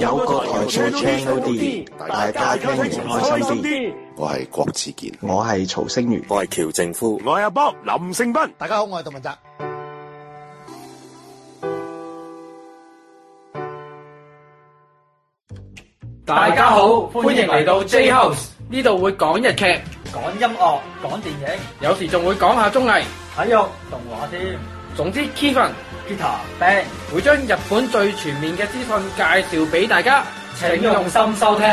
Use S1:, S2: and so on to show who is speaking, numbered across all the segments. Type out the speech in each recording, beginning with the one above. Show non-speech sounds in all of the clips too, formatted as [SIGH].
S1: 有個台做 channel D，大家聽完開心啲。
S2: 啲。
S3: 我係郭子健，
S1: 我係曹星如，
S3: 我係喬正夫。
S2: 我係阿 Bob 林勝斌。
S4: 大家好，我係杜文澤。
S5: 大家好，歡迎嚟到 J House，呢度會講日劇，
S6: 講音樂、講電影、
S5: 有時仲會講下綜藝。
S6: 體育、動畫添。
S5: 總之，Kevin
S6: Peter、Ben，
S5: 會將日本最全面嘅資訊介紹俾大家，
S6: 請用心收聽。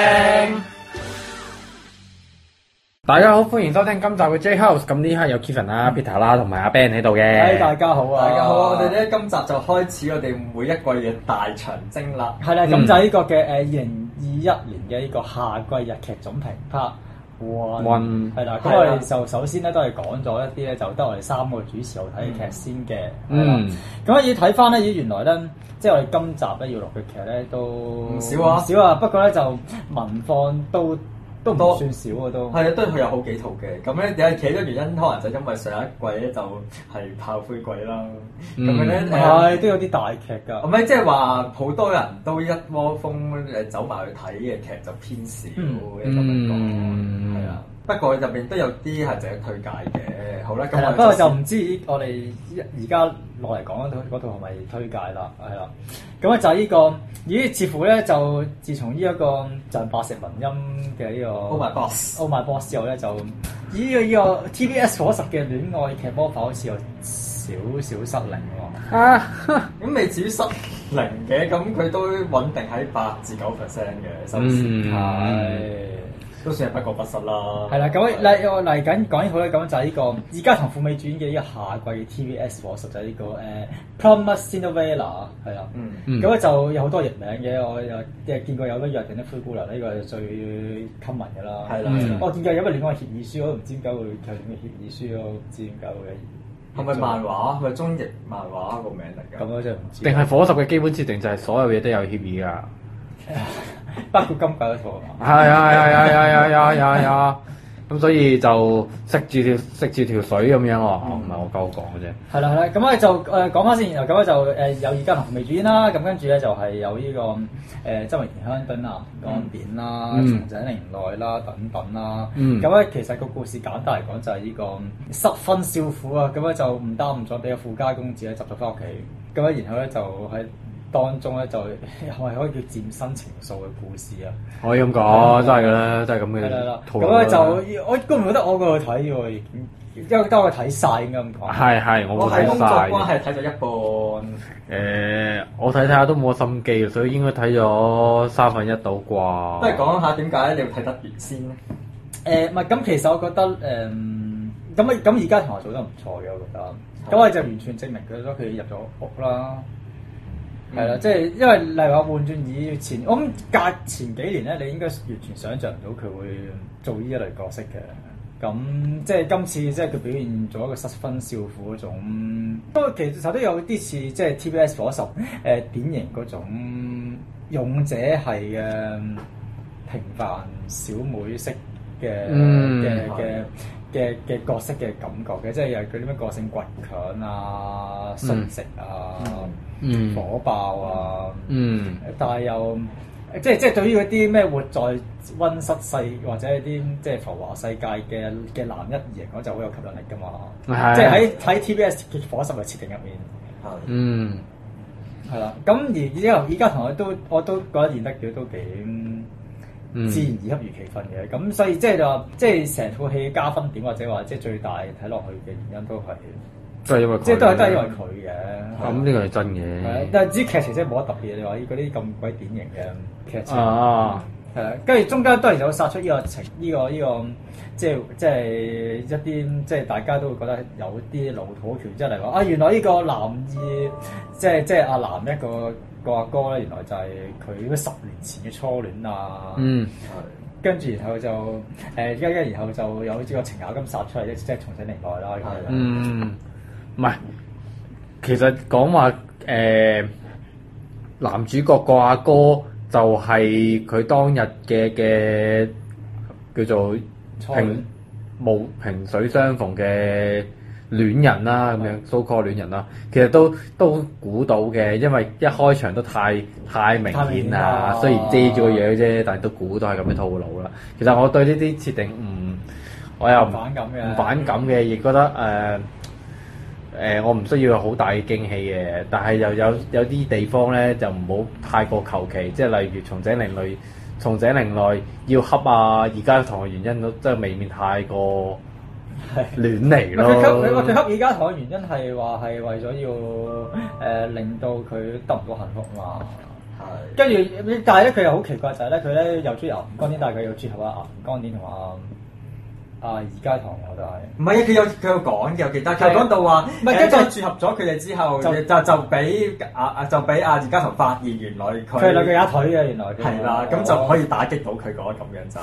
S5: 大家好，歡迎收聽今集嘅 J House。咁呢刻有 Kevin 啦、Peter 啦，同埋阿 Ben 喺度嘅。
S6: 家好啊
S7: 大家好，啊我哋
S6: 咧
S7: 咧今集就開始我哋每一季嘅大長征啦。
S6: 係啦，咁
S5: 嗯
S6: 就係呢個嘅誒二零二一年嘅呢個夏季日劇總評 part
S5: One
S6: one 係啦，咁
S7: 係啦
S6: 我哋就首先咧都係講咗一啲咧，就得我哋三個主持有睇
S7: 嗯
S6: 嘅劇先嘅。係啦
S5: 嗯，
S6: 咁啊要睇翻咧，咦原來咧，即係我哋今集咧要錄嘅劇咧都唔
S7: 少啊
S6: 唔少啊。不過咧就民放都都唔
S7: 多
S6: 算少啊，都
S7: 係啊，都佢有好幾套嘅。咁咧有其中一個原因，可能就因為上一季咧就係炮灰季啦。咁樣咧誒，
S6: 係嗯都有啲大劇
S7: 咁
S6: 㗎。
S7: 咪即係話好多人都一窩蜂誒走埋去睇嘅劇就偏少嘅咁樣
S5: 嗯
S7: 講，係啊。不過入邊都有啲係值得推介嘅。好啦，咁
S6: 係啦，
S7: 我
S6: 不過
S7: 哋
S6: 就
S7: 先
S6: 唔知我哋而家落嚟講嗰套嗰套係咪推介啦？係啦，咁啊就係呢個，咦？似乎咧就自從呢一個就係白石文音嘅呢個
S7: Oh my boss，
S6: Oh My Boss 之後咧就咦呢個呢個 TBS 所實嘅戀愛劇魔法好似有少少失靈喎。
S5: 啊，
S7: 咁未至於失靈嘅，咁佢都穩定喺八至九 percent 嘅收視，
S5: 嗯，
S7: 都算係不過不失啦。
S6: 係啦，咁嚟我嚟緊講呢套咧，咁就係呢個而家同富美主演嘅呢個夏季嘅 TBS 所實就係呢個誒 Promise Cinderella 係啦。
S7: 嗯。
S5: 嗯
S6: 咁咧就有好多譯名嘅，我有即係見過有乜約定的灰姑娘呢個係最 common 嘅啦。
S7: 係啦
S5: 嗯
S6: 我見過有乜戀愛協議書，我都唔知點解會有戀愛協議書，我唔知點解
S7: 係
S6: 會。
S7: 咪漫畫？係咪中譯漫畫個名嚟
S6: 咁
S7: 㗎？
S6: 我真係唔知。 [LAUGHS]
S5: 定係火十嘅基本設定就係所有嘢都有協議噶。
S6: 包括今季嗰套啊嘛？
S5: 係啊係啊係啊係啊係啊係啊！咁所以就食住條食住條水咁樣喎，哦唔係我鳩講嘅啫。
S6: 係啦係啦，咁咧就誒講翻先，然後咁咧就誒有而家同梅主演啦，咁跟住咧就係有呢個誒周文賢、香敦啊、安扁啦、
S5: 嗯
S6: 松井玲奈啦等等啦。
S5: 嗯
S6: 咁咧其實個故事簡單嚟講就係呢個失婚少婦啊，咁咧就唔耽誤咗俾個富家公子咧執咗翻屋企，咁咧然後咧就喺當中咧就 [LAUGHS] 我係可以叫漸生情愫嘅故事啊。
S5: 可以咁講，真係㗎啦，真係咁
S6: 係啦係啦
S5: 嘅，套路
S6: 咁咧
S5: 啦
S6: 就我都唔覺得我嗰度睇喎，因為得我睇晒應該咁講。
S5: 係係，我
S7: 我
S5: 睇
S7: 睇工作關
S5: 晒。哦
S7: 係睇咗一
S5: 誒，我睇睇下都冇乜心機，所以應該睇咗三分一到啩。
S7: 半，不如講下點解你要睇得完先咧？
S6: 誒唔係咁，其實我覺得誒咁啊咁而家同學做得唔錯嘅，我覺得。咁我就完全證明佢咗佢入咗屋啦，
S5: 嗯
S6: 係啦、即係因為例如話換轉以前，我諗隔前幾年咧，你應該完全想像唔到佢會做呢一類角色嘅。咁即係今次即係佢表現咗一個失婚少婦嗰種，不過其實都有啲似即係 TBS 火十誒典型嗰種勇者係嘅平凡小妹式嘅
S5: 嗯
S6: 嘅嘅嘅嘅角色嘅感覺嘅，即係有佢啲咩個性倔強啊、率直啊、
S5: 嗯
S6: 火爆啊，
S5: 嗯
S6: 但係又即係即係對於嗰啲咩活在温室世或者一啲即係浮華世界嘅嘅男一嚟講就好有吸引力㗎嘛，
S5: 嗯係
S6: 即係喺喺 TBS 嘅火神嘅設定入面。
S7: 係
S5: 嗯
S6: 係啦，咁而之後而家同我都我都覺得演得佢都幾
S5: 嗯
S6: 自然而恰如其分嘅，咁所以即係就話即係成套戲嘅加分點或者話即係最大睇落去嘅原因都係，
S5: 都係因為佢
S6: 即係都係都係因為
S5: 嘅
S6: 佢嘅。
S5: 咁呢個係真
S6: 係啊
S5: 嘅。
S6: 但係至於劇情真係冇乜特別，你話嗰啲咁鬼典型嘅劇情。
S5: 啊，
S6: 係啦，跟住中間當然有殺出呢個情，呢、個呢、個即係即係一啲即係大家都會覺得有啲老土橋，即係嚟話啊，原來呢個男二即係即係阿南一個個阿哥咧，原來就係佢十年前嘅初戀啊。
S5: 嗯
S6: 跟住然後就誒一一然後就有呢個程咬金殺出嚟，即係重新嚟過啦。咁樣
S5: 嗯，唔係，其實講話誒男主角個阿哥就係佢當日嘅嘅叫做
S6: 初戀
S5: 萍冇萍水相逢嘅戀人啦，咁樣 so call 戀人啦，其實都都估到嘅，因為一開場都太太明
S6: 太明
S5: 顯
S6: 顯
S5: 啦
S6: 啦。
S5: 雖然遮住個樣啫，但係都估到係咁嘅套路啦。其實我對呢啲設定唔，我又唔
S6: 唔反感嘅
S5: 唔反感嘅，亦覺得誒。呃誒、我唔需要有好大嘅驚喜嘅，但係又有有啲地方咧就唔好太過求其，即係例如松井另類，松井另類要恰啊，而家同嘅原因都真係未免太過亂嚟
S6: 唔係佢吸佢話
S5: 咯
S6: 佢。吸而家台嘅原因係話係為咗要誒、呃令到佢得唔到幸福嘛。
S7: 係
S6: 跟住，但係咧佢又好奇怪就係咧，佢咧又中意岩光典，但係佢又中意合啊岩光典同埋啊而家堂我都係。
S7: 唔係啊！佢有佢有講嘅，我記得佢
S6: 係
S7: 有講到話，
S6: 唔係
S7: 誒
S6: 跟住
S7: 再撮合咗佢哋之後，
S6: 就
S7: 就就就俾阿阿就俾阿葉家堂發現原來佢
S6: 佢係兩個有腿嘅，原來佢
S7: 係啦，咁就可以打擊到佢嗰咁樣就。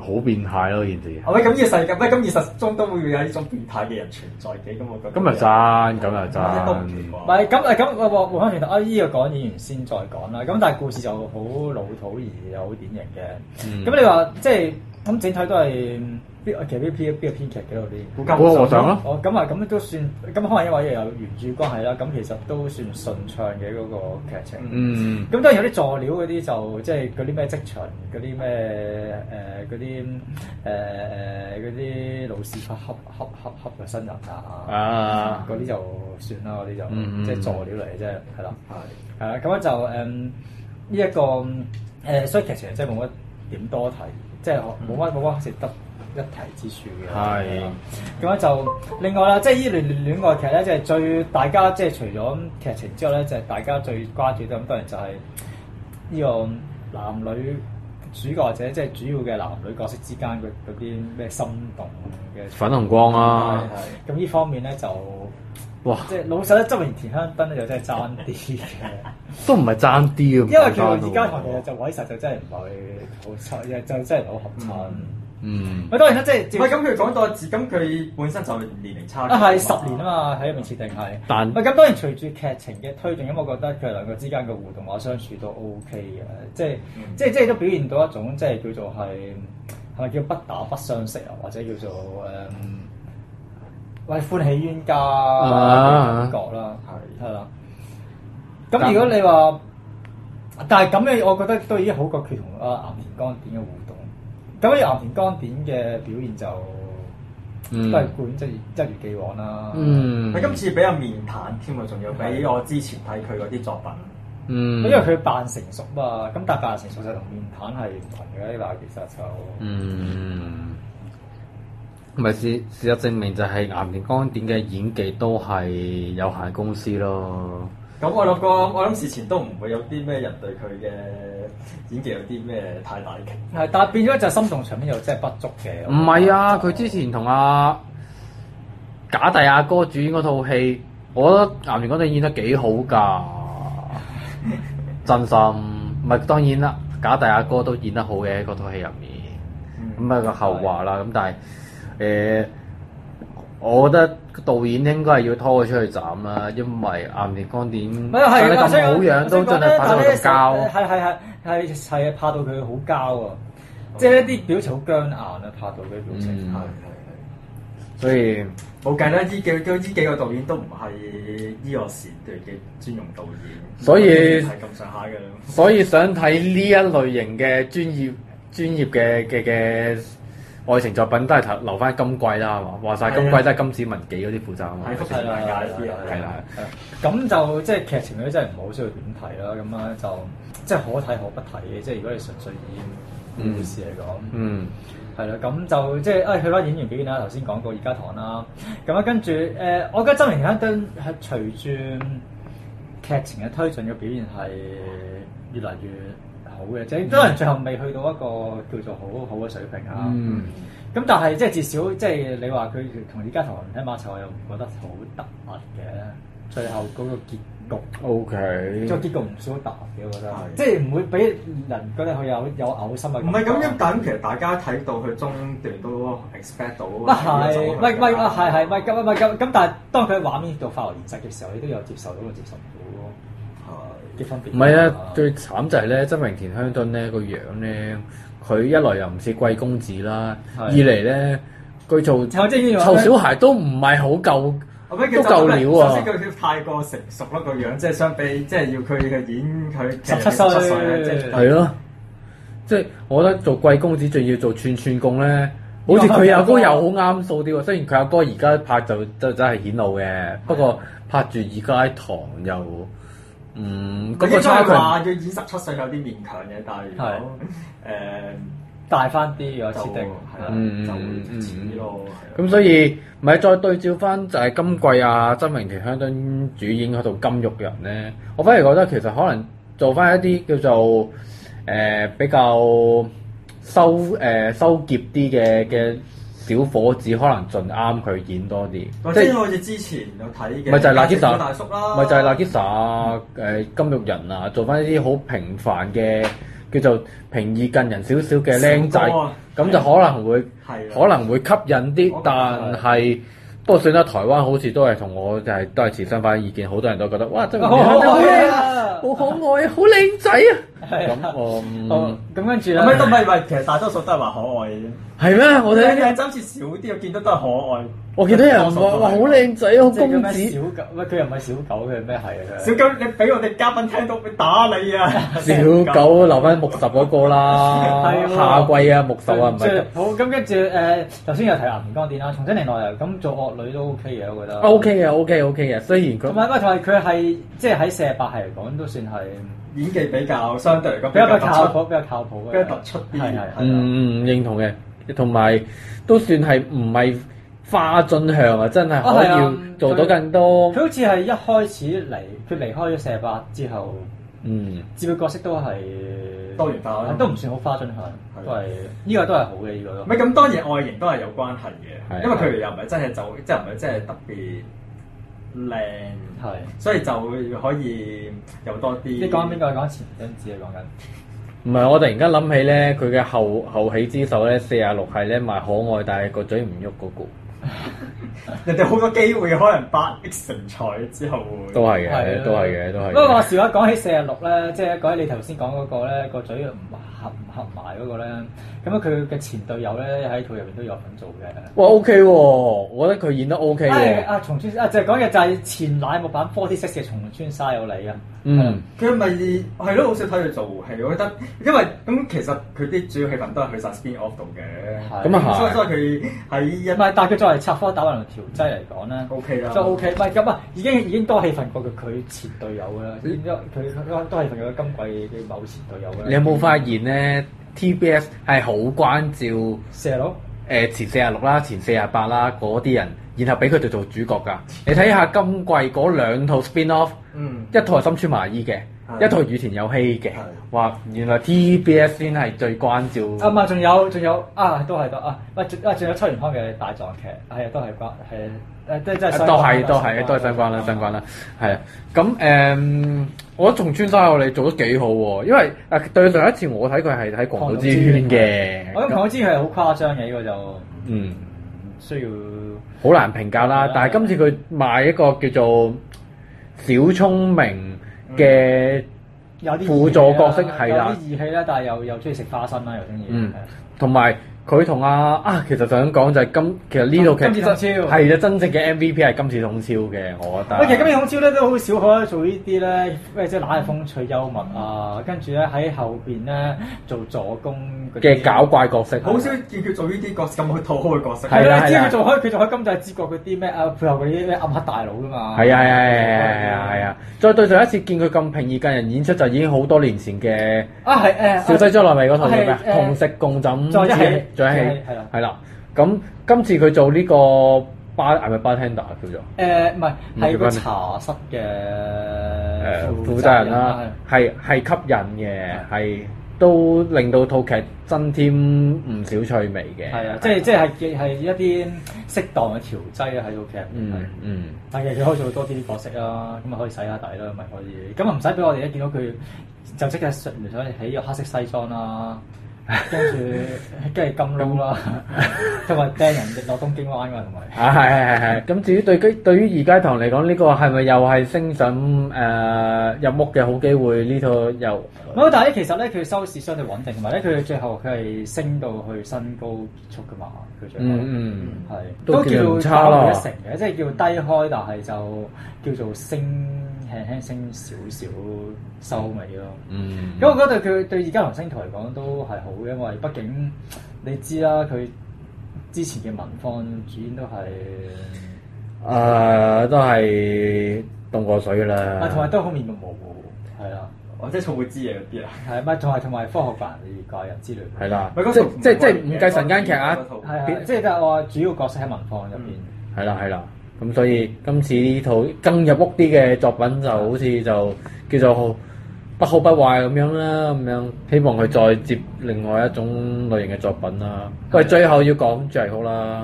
S5: 好變態咯，件事。
S7: 啊喂，咁呢個世界，喂，咁現實中都會有呢種變態嘅人存在嘅，咁我覺得。
S5: 咁又真，咁又
S7: 都唔奇
S5: 真。
S6: 唔
S7: 怪。
S6: 係咁誒咁，我我翻轉頭啊！依個講演員先再講啦。咁但係故事就好老土而又好典型
S5: 嗯
S6: 嘅。咁你啊話即係咁整體都係邊其實邊邊邊個編劇嘅嗰啲？
S7: 古
S5: 好我想咯，
S6: 哦，咁啊，咁都算，咁可能因為有原著關係啦，咁其實都算順暢嘅嗰個劇情。
S5: 嗯，
S6: 咁當然有啲助料嗰啲就即係嗰啲咩職場嗰啲咩誒嗰啲誒誒嗰啲老屎忽恰恰恰恰嘅新人啊，
S5: 啊，
S6: 嗰啲就算啦，嗰啲就
S5: 嗯嗯
S6: 即係助料嚟嘅啫，係啦，係啦，咁啊樣就誒呢一個誒，所以劇情真係冇乜點多提，即係冇乜冇乜值得一提之處嘅。
S5: 嗯係
S6: 係啦咁樣就另外啦，即係呢戀戀愛劇咧，即係最大家即係除咗劇情之外咧，就係、大家最關注嘅咁當然就係呢個男女主角或者即係主要嘅男女角色之間嗰嗰啲咩心動嘅。
S5: 粉紅光啊，
S6: 咁呢方面咧就
S5: 哇，
S6: 即係老實咧，執完田香燈咧就真係爭啲嘅，
S5: 都唔係爭啲啊，
S6: 因為其實而家同其實就位實就真係唔係好襯，就真係唔係好合襯。
S5: 嗯，
S6: 咁當然啦，即係
S7: 喂，咁佢講到字，咁佢本身就年齡差
S6: 啊，係十年啊嘛，喺入面設定係。
S5: 但
S6: 喂，咁當然隨住劇情嘅推進，咁我覺得佢哋兩個之間嘅互動或相處都 O K 嘅，即係、
S7: 嗯
S6: 即係即係都表現到一種即係叫做係係咪叫不打不相識啊，或者叫做誒、嗯喂歡喜冤家
S5: 啊
S6: 嘅感覺啦，
S7: 係
S6: 係啦。咁如果你話，但係咁嘅，我覺得都已經好過佢同阿岩田光典嘅互動。咁岩田光典嘅表現就
S5: 嗯
S6: 都係貫即係一如既往啦。
S5: 嗯，
S7: 佢今次比較面談添啊，仲要比我之前睇佢嗰啲作品。
S5: 嗯，
S6: 因為佢扮成熟嘛，咁但係扮成熟就同面癱係唔同嘅，但係其實就
S5: 嗯，咪事事實證明就係岩田光典嘅演技都係有限公司咯。
S7: 咁我諗過，我諗事前都唔會有啲咩人對佢嘅演技有啲咩太大嘅期
S6: 係，但係變咗就心動場面又真係不足嘅。
S5: 唔係啊，佢之前同阿假弟阿哥主演嗰套戲，我覺得岩田光典演得幾好
S6: [LAUGHS]
S5: 㗎，真心。唔係當然啦，假弟阿哥都演得好嘅嗰套戲入面。
S6: 嗯
S5: 咁啊個後話啦，咁但係誒、呃我覺得導演應該係要拖佢出去斬啦，因為岩田光典
S6: 唔係係
S5: 你
S6: 啊，
S5: 咁好樣都真係拍到咁
S6: 係
S5: 膠，
S6: 係係係係啊拍到佢好膠啊！即係一啲表情好僵硬啊，拍到佢表情。
S7: 係係
S5: 嗯，
S7: 係。
S5: 所以
S7: 冇計啦！呢幾呢幾個導演都唔係呢個時段嘅專用導演，
S5: 所以
S7: 係咁上下嘅啦。
S5: 所以想睇呢一類型嘅專業專業嘅嘅嘅愛情作品都係留翻今季啦，係嘛？話晒今季都係金子文紀嗰啲負責啊嘛
S7: 係。福
S6: 啊係
S7: 田
S6: 啦
S7: 大家啲人
S5: 係啦，
S6: 咁就即係劇情嗰啲真係唔好需要點睇啦。咁樣就即係可睇可不睇嘅。即係如果你純粹以故事嚟講。
S5: 嗯，
S6: 係啦，咁就即係誒去翻演員表演啦，啊頭先講過而家堂啦，咁啊跟住誒、呃我覺得周明香都係隨住劇情嘅推進嘅表現係越嚟越好嘅，即係當然最後未去到一個叫做好好嘅水平啊。
S5: 嗯，
S6: 咁但係即係至少即係你話佢同而家堂喺馬賽，我又唔覺得好突兀嘅，最後嗰個結局。
S5: O K，
S6: 個結局唔算好突兀嘅，我覺得，
S7: 係
S6: 嗯啊即係唔會俾人覺得佢有有嘔心嘅啊
S7: 唔
S6: 感覺。
S7: 係咁樣，但咁其實大家睇到佢中段都 expect 到。
S6: 唔係，唔係唔係啊，係係唔係咁唔係咁咁，但係當佢喺畫面度發落現實嘅時候，你都有接受到，接受唔到咯嘅分別。
S5: 唔係啊，最慘就係咧，真榮田香敦咧個樣咧，佢一來又唔似貴公子啦，
S6: 係
S5: 二嚟咧佢做
S6: 臭即係
S5: 臭小孩都唔係好夠，
S7: 我俾佢
S5: 都夠料啊
S7: 首先佢太過成熟啦個樣，即係相比，即係要佢嘅演佢
S6: 17歲
S7: 啊即係
S5: 係咯。即係我覺得做貴公子仲要做串串貢咧，好似佢阿哥又好啱數啲喎。雖然佢阿哥而家拍就就真係顯老嘅，不過拍住而家喺堂又嗯
S7: 佢
S5: 嗰個
S7: 應該
S5: 差
S7: 係話
S5: 距
S7: 要演十七歲有啲勉強嘅，但係如
S6: 係
S7: 果誒
S6: 大翻啲嘅
S7: 就
S6: 設定，
S7: 係啦，
S5: 嗯
S7: 就
S5: 嗯嗯
S7: 會似咯。係啊啦
S5: 咁所以咪再對照翻就係今季啊曾明田香敦主演嗰套《金玉人》咧，我反而覺得其實可能做翻一啲叫做誒、呃比較收誒、呃收澀啲嘅嘅小伙子，可能盡啱佢演多啲，
S7: 或
S5: 即
S7: 者
S5: 係
S7: 好似之前有睇嘅，
S5: 咪就係辣椒
S7: 大
S5: 手
S7: 大叔啦，
S5: 咪就係 l a k i s a 啊、誒金玉人啊，做翻一啲好平凡嘅叫做平易近人少少嘅僆仔，
S7: 小哥啊
S5: 咁就可能會。
S7: 係啊啦
S5: 可能會吸引啲
S7: 我，覺得
S5: 但係不過算啦，台灣好似都係同我就係都係持相反意見，好多人都覺得哇，真
S6: [LAUGHS]
S5: 係
S6: 哦好可愛啊！
S5: 好可愛啊，好靚仔啊！
S6: 係啊
S5: 咁我嗯
S6: 好咁跟住
S7: 唔係都唔
S6: 咧，
S7: 係唔係，其實大多數都係話可愛嘅啫。
S5: 係咩？我
S7: 我哋
S5: 睇
S7: 嘅針似少啲，我見到都係可愛。
S5: 我見到有人話哇，好靚仔啊，好
S6: 即係
S5: 公
S6: 叫咩
S5: 子
S6: 小。狗？喂，佢又唔係小狗嘅咩？係啊，
S7: 小狗，你俾我哋嘉賓聽到，會打你啊！
S5: 小狗留翻木十嗰個啦，
S6: 係喎
S5: 下季啊木十啊，唔
S6: 即係
S5: 係
S6: 好咁跟住誒，頭先有提啊《岩田光電》啦，重新嚟來又咁做惡女都 OK 嘅，我覺得。
S5: O。K 嘅 O K O K 嘅，啊雖然
S6: 同
S5: 佢
S6: 埋喂，同埋佢係即係喺四十八係嚟講都算係
S7: 演技比較相對嚟講
S6: 比較靠
S7: 突出
S6: 譜，比較靠譜嘅，
S7: 比較突出啲。
S6: 係係係。
S5: 嗯嗯認同嘅，同埋都算係唔係花樽向啊，真係
S6: 啊
S5: 可
S6: 係啊
S5: 以做到更多
S6: 佢好似係一開始嚟，佢離開咗四十八之後，
S5: 嗯。
S6: 接嘅角色都係
S7: 多元化啦
S6: 都唔算好花樽向，
S7: 係
S6: 都係呢個都係好嘅呢個
S7: 唔
S6: 都。
S7: 係咁，當然外形都係有關係嘅，
S5: 係
S7: 因為佢哋又唔係真係就即係唔係真係特別靚，
S6: 係。
S7: 所以就可以有多啲。
S6: 你講邊個？講前真子啊，講緊。
S5: 唔係，我突然間諗起咧，佢嘅後後起之秀咧，四廿六係咧賣可愛，但係個嘴唔喐嗰個，
S7: 人哋好多機會，可能八 X 成才之後會
S5: 都係
S6: 係
S5: 嘅，
S6: 啊
S5: 都係嘅，都係
S6: 不過話
S5: 嘅。
S6: 時話講起四十六咧，即係講起你頭先講嗰個咧，個嘴唔合唔合埋嗰個咧，咁啊佢嘅前隊友咧喺佢入邊都有份做嘅。
S5: 哇，OK 喎，我覺得佢演得 OK
S6: 哎
S5: 喎。
S6: 啊，松村啊，就係講嘅就係前乃木坂 Forty Six 嘅松村沙友里啊。
S5: 嗯，
S7: 佢咪係咯，好少睇佢做戲，我覺得，因為咁其實佢啲主要戲份都係去晒 spin off 度嘅，
S5: 咁啊
S7: 所以
S5: 係。
S7: 所以佢喺一
S6: 唔係，但係佢作為插科打諢同調劑嚟講咧。
S7: OK 啦，
S6: 就 OK，唔係咁啊，已經已經多氣氛過佢佢前隊友㗎啦，因為佢佢多氣氛過佢今季嘅某前隊友㗎啦。
S5: 你有冇發現咧？TBS 係好關照
S6: 四十六？
S5: 誒前四廿六啦、前四廿八啦嗰啲人，然後俾佢哋做主角㗎。你睇下今季嗰兩套 spin off，
S7: 嗯，
S5: 一套係深村麻衣嘅，
S7: 係
S5: 一套係羽田有希嘅
S7: 係。
S5: 哇！原來 TBS 先係最關照
S6: 啊。嘛，仲有仲有啊，都係得啊，喂，仲啊仲有秋元康嘅大藏劇，係啊，都係關係誒，都真係相關
S5: 啊都係都係都係相關啦，相關。啦，係啊。咁誒、嗯我覺得松村沙我哋做得幾好喎，因為誒對上一次我睇佢係睇《狂賭之淵》
S6: 我諗
S5: 嘅，
S6: 講之佢係好誇張嘅，呢個就唔
S5: 嗯，
S6: 需要
S5: 好難評價啦。但係今次佢賣一個叫做小聰明嘅，
S6: 有啲
S5: 輔助角色係啦
S6: 有啲義氣啦，但係又又中意食花生啦，又中意。啊
S5: 嗯同埋佢同阿啊，其實想講就係今其實呢套劇
S6: 金子
S5: 真
S6: 通宵
S5: 係啊，真正嘅 MVP 係今次通宵嘅，我覺得。
S6: 喂，其實今日孔超咧都好少可做呢啲咧，咩即係懶係風趣幽默啊，跟住咧喺後邊咧做助攻嗰啲
S5: 嘅搞怪角色，
S7: 好少見佢做呢啲角色咁去討好嘅角色，
S5: 係啦
S6: 你知
S5: 係啦
S6: 佢做開佢做開今際之國嗰啲咩啊，配合嗰啲咩暗黑大佬噶嘛。
S5: 係啊係啊係啊係啊！再對上一次見佢咁平易近人演出，就已經好多年前嘅
S6: 啊係誒，
S5: 《小西裝內味》嗰套叫咩
S6: 係
S5: 啊？
S6: 誒
S5: 同食共枕
S6: 再一起
S5: 再一
S6: 再一
S5: 起
S6: 起係啦
S5: 係啦。咁今次佢做呢個巴係咪 bartender 啊叫做
S6: 誒唔係
S5: 唔
S6: 係
S5: 叫
S6: 個
S5: 翻
S6: 茶室嘅
S5: 誒
S6: 啊
S5: 負責人啦，係係吸引嘅，係都令到套劇增添唔少趣味嘅。
S6: 係啊，即係即係係係一啲適當嘅調劑啊喺套劇。
S5: 嗯嗯。
S6: 但係佢可以做多啲角色啦，咁咪啊可以洗下底啦，咪可以。咁啊唔使俾我哋一見到佢就即刻聯想起個黑色西裝啦，跟
S5: [LAUGHS]
S6: 住跟住金撈啦，同埋掟人落東京灣㗎，同埋
S5: 啊，係係係係。咁至於對居對於而家堂嚟講，呢、個係咪又係升上誒、呃入屋嘅好機會？呢套又
S6: 唔係，啊但係咧其實咧佢收市相對穩定，同埋咧佢最後佢係升到去新高結束㗎嘛，佢最後。
S5: 嗯嗯，
S6: 係
S5: 都
S6: 都
S5: 叫
S6: 叫
S5: 唔差啦
S6: 打回一成嘅，即係叫低開，但係就叫做升輕輕升少少收尾咯。
S5: 嗯
S6: 咁、我覺得對佢對而家行星圖嚟講都係好嘅，因為畢竟你知啦，佢之前嘅文方主演都係
S5: 誒、都係凍過水㗎
S6: 啊，
S5: 啦。
S6: 同埋都好面目模糊，係啦，
S7: 我即係儲會知嘢嗰啲啊。
S6: 係咪同埋同埋科學怪人、異怪人之類嗰啲
S5: 係啦
S7: 唔係，嗰
S5: 即
S7: 套唔
S5: 即
S7: 係
S5: 即唔計晨間劇啊，
S7: 嗰套
S6: 係啊，即係但係我話主要角色喺文方入邊。
S5: 係啦係啦。咁所以今次呢套更入屋啲嘅作品就好似就叫做好不好不壞咁樣啦，咁樣希望佢再接另外一種類型嘅作品啦。喂，最後要講最好啦，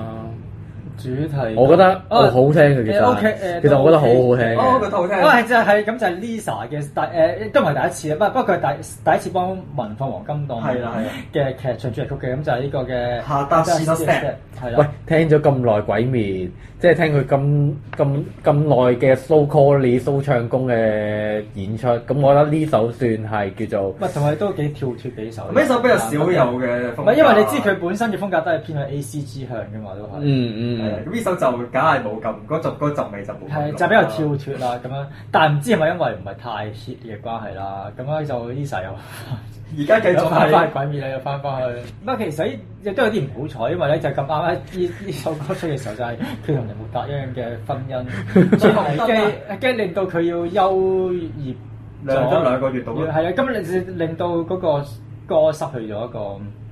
S6: 主題
S5: 我覺得我
S6: 啊
S5: 好聽嘅其
S6: 誒，OK，
S5: 實，
S6: 誒
S5: 其實我覺得好好聽
S7: 哦，個
S5: 嘅。
S7: 套聽。
S6: 因為就係咁就係 Lisa 嘅第誒都唔係第一次啊，不不過佢係第第一次幫文放黃金檔
S7: 係啦係啦
S6: 嘅劇唱主題曲嘅，咁就係呢個嘅
S7: 下搭試得 step
S6: 係
S5: 喂
S6: 啦，，
S5: 聽咗咁耐鬼面，即係聽佢咁咁咁耐嘅蘇 call 李蘇唱功嘅演出，咁我覺得呢首算係叫做
S6: 喂，啊同埋都幾跳脱幾首，
S7: 呢首比較少有嘅風格
S6: 啊
S7: 啊
S6: 唔係因為你知佢本身嘅風格都係偏向 A C G 向嘅嘛，都係。
S5: 嗯
S7: 係啊咁呢首就梗係冇咁嗰陣嗰陣味就冇咁濃啦。
S6: 係就比較跳脱啦咁樣，但係唔知係咪因為唔係太 hit 嘅關係啦，咁樣就
S7: [LAUGHS]
S6: Lisa 又
S7: 而家繼
S6: 又
S7: 續
S6: 翻翻去
S7: 係
S6: 鬼面啦，又翻翻去。唔係，其實亦都有啲唔好彩，因為咧就咁啱咧，呢呢首歌出嘅時候就係佢同人木達一樣嘅婚
S7: [LAUGHS]
S6: 姻，所以跟跟令到佢要休業
S7: 兩得兩個月到啦
S6: 係啊，咁令令到嗰個歌失去咗一個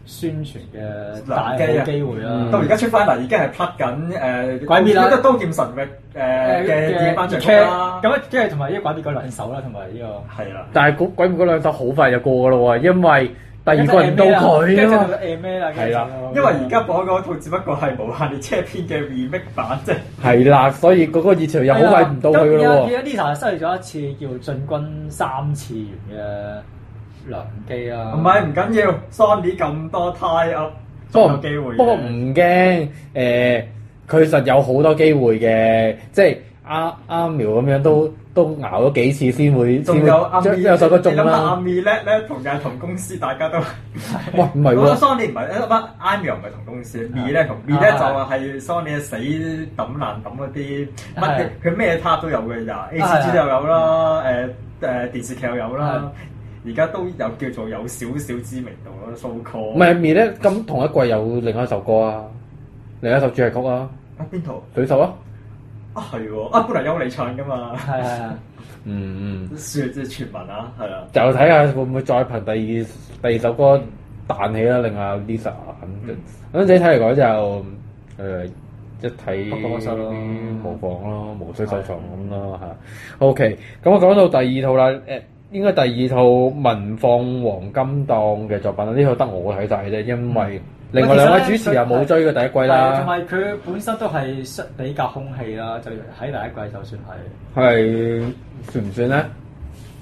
S6: 宣傳嘅大好機會啦。
S7: 到而家出翻嚟已經係拍緊誒
S6: 鬼滅啦
S7: 都刀劍神域誒嘅夜班長
S6: 劇
S7: 啦。
S6: 咁跟住同埋呢個鬼滅嗰兩首啦，同埋呢個。
S7: 係啦，
S5: 但係嗰鬼嗰兩首好快就過噶咯喎，因為第二個人到
S6: 跟
S5: 佢
S6: 住
S5: 啊
S6: 就
S5: 嘛。
S6: 誒咩啦，
S5: 係啦
S7: 因為
S6: 哦
S7: 而家播嗰套只不過係無限列車篇嘅 remake 版啫。
S5: 係啦，所以嗰個熱潮又好快唔到佢噶咯
S6: 咁
S5: 喎。
S6: 而家 Lisa 失去咗一次叫進軍三次元嘅良機啊啦。
S7: 唔係唔緊要，Sony 咁多 tie up，
S5: 不
S7: 仲
S5: 過
S7: 有機會嘅。
S5: 不過唔驚，誒佢實有好多機會嘅，即係阿阿苗咁樣都都熬咗幾次先會
S7: 仲
S5: 先
S7: 有阿
S5: 會
S7: 咪，
S5: 有首歌中
S7: 你諗下阿
S5: 啦。
S7: 咪叻咧，同又係同公司，大家都
S5: 喂，唔係喎。
S7: 啊
S5: 啊
S7: Sony 唔係，誒乜 i m i 唔係同公司咪咧同咪咧就係 Sony 死抌爛抌嗰啲乜嘢，佢咩 part 都有嘅，又
S5: 啊
S7: ACG 又有啦，誒誒電視劇又有啦，而家都有叫做有少少知名度咯，so call。
S5: 唔係 m 咧，咁同一季有另一首歌啊，另一首主題曲啊，
S7: 啊邊套
S5: 水手啊。
S7: 啊係喎，啊本來優你唱噶嘛，
S6: 係係係。
S5: 嗯嗯，
S7: 算即係傳聞啊，係啊。
S5: 就睇下會唔會再憑第二第二首歌彈起啦，令阿 Lisa
S6: 嗯
S5: 咁咁整體嚟講就誒、呃一睇
S6: 不過不失咯
S5: 模仿咯，無需收藏咁咯嚇。OK，咁我講到第二套啦，誒、應該第二套民放黃金檔嘅作品啦，呢套得我睇晒嘅啫，因
S6: 嗯
S5: 為另外兩位主持又冇追過第一季
S6: 同
S5: 啦，
S6: 埋佢本身都係失比較空氣啦，就喺第一季就算係
S5: 係算唔算咧？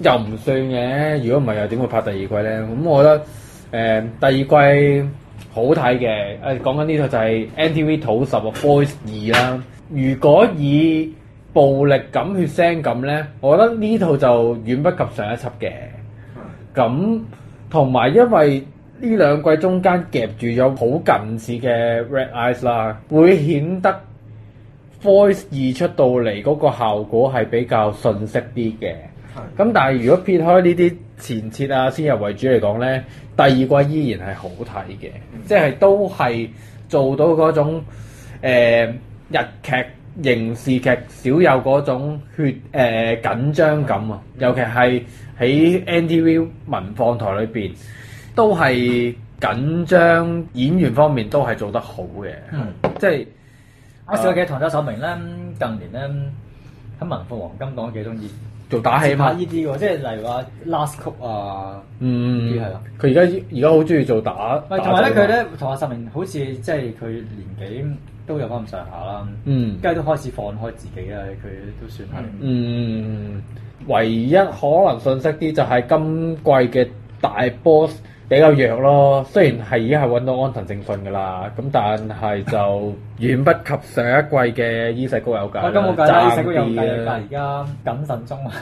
S5: 又唔算嘅，如果唔係又點會拍第二季咧？咁我覺得誒、第二季好睇嘅，誒、講緊呢套就係 NTV 土十啊 Boys 二啦。如果以暴力感、血腥感咧，我覺得呢套就遠不及上一輯嘅。咁同埋因為呢兩季中間夾住咗好近似嘅 Red Eyes 啦，會顯得 Voice 二出到嚟嗰個效果係比較遜色啲嘅。咁但係如果撇開呢啲前設啊、先入為主嚟講咧，第二季依然係好睇嘅，即係都係做到嗰種、呃、日劇刑事劇少有嗰種血誒、呃、緊張感啊，尤其係喺 NTV 文放台裏邊都係緊張，演員方面都係做得好嘅，
S6: 嗯
S5: 即係。
S6: 我小嘅唐周守明咧，近年咧喺文富黃金檔幾中意
S5: 做打
S6: 拍
S5: 戲嘛，
S6: 呢啲喎，即係例如話 Last 曲啊。
S5: 嗯
S6: 啲係啦，
S5: 佢而家而家好中意做打，啊
S6: 喂，同埋咧，佢，咧同阿十明好似即係佢年紀都有翻咁上下啦，
S5: 嗯
S6: 跟住都開始放開自己啦，佢都算係。
S5: 嗯嗯，唯一可能信息啲就係今季嘅大 boss 比較弱咯。雖然係已經係揾到安藤正信噶啦，咁但係就遠不及上一季嘅伊勢高友介
S6: 啊咁冇計啦，
S5: 爭
S6: 細個有計
S5: 啲啊
S6: 㗎，
S5: 啦
S6: 而。家謹慎中 [LAUGHS] 啊，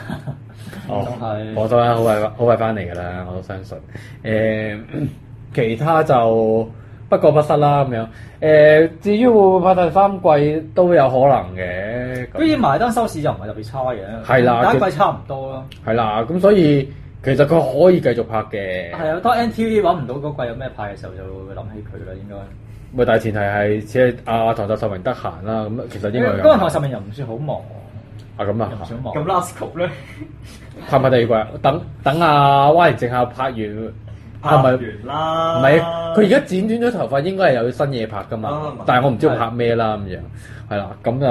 S5: 哦
S6: 係
S5: 我都好快好快翻嚟噶啦，我都相信。誒、其他就不過不失啦咁樣。誒、至於會唔會拍第三季都有可能嘅。咁
S6: 居然埋單收視就唔係特別差嘅，
S5: 係啦
S6: 第一季差唔多咯。
S5: 係啦，咁所以其實佢可以繼續拍嘅。
S6: 係啊，當 NTV 揾唔到嗰季有咩派嘅時候，就會諗起佢啦，應該。
S5: 咪但係前提係只係阿唐澤壽明得閒啦，咁其實應該
S6: 嗰
S5: 有
S6: 陣唐十明又唔算好忙，
S5: 啊咁
S6: 又唔
S5: 啊，
S6: 算忙。
S7: 咁 last 曲咧，
S5: 拍唔拍第二季啊？等等阿 Y 靜下拍完，係咪？啊唔
S7: 完啦，
S5: 係，佢而家剪短咗頭髮，應該係有新嘢拍噶嘛
S7: 啊。
S5: 但係我唔知佢拍咩啦咁樣，係啦，咁就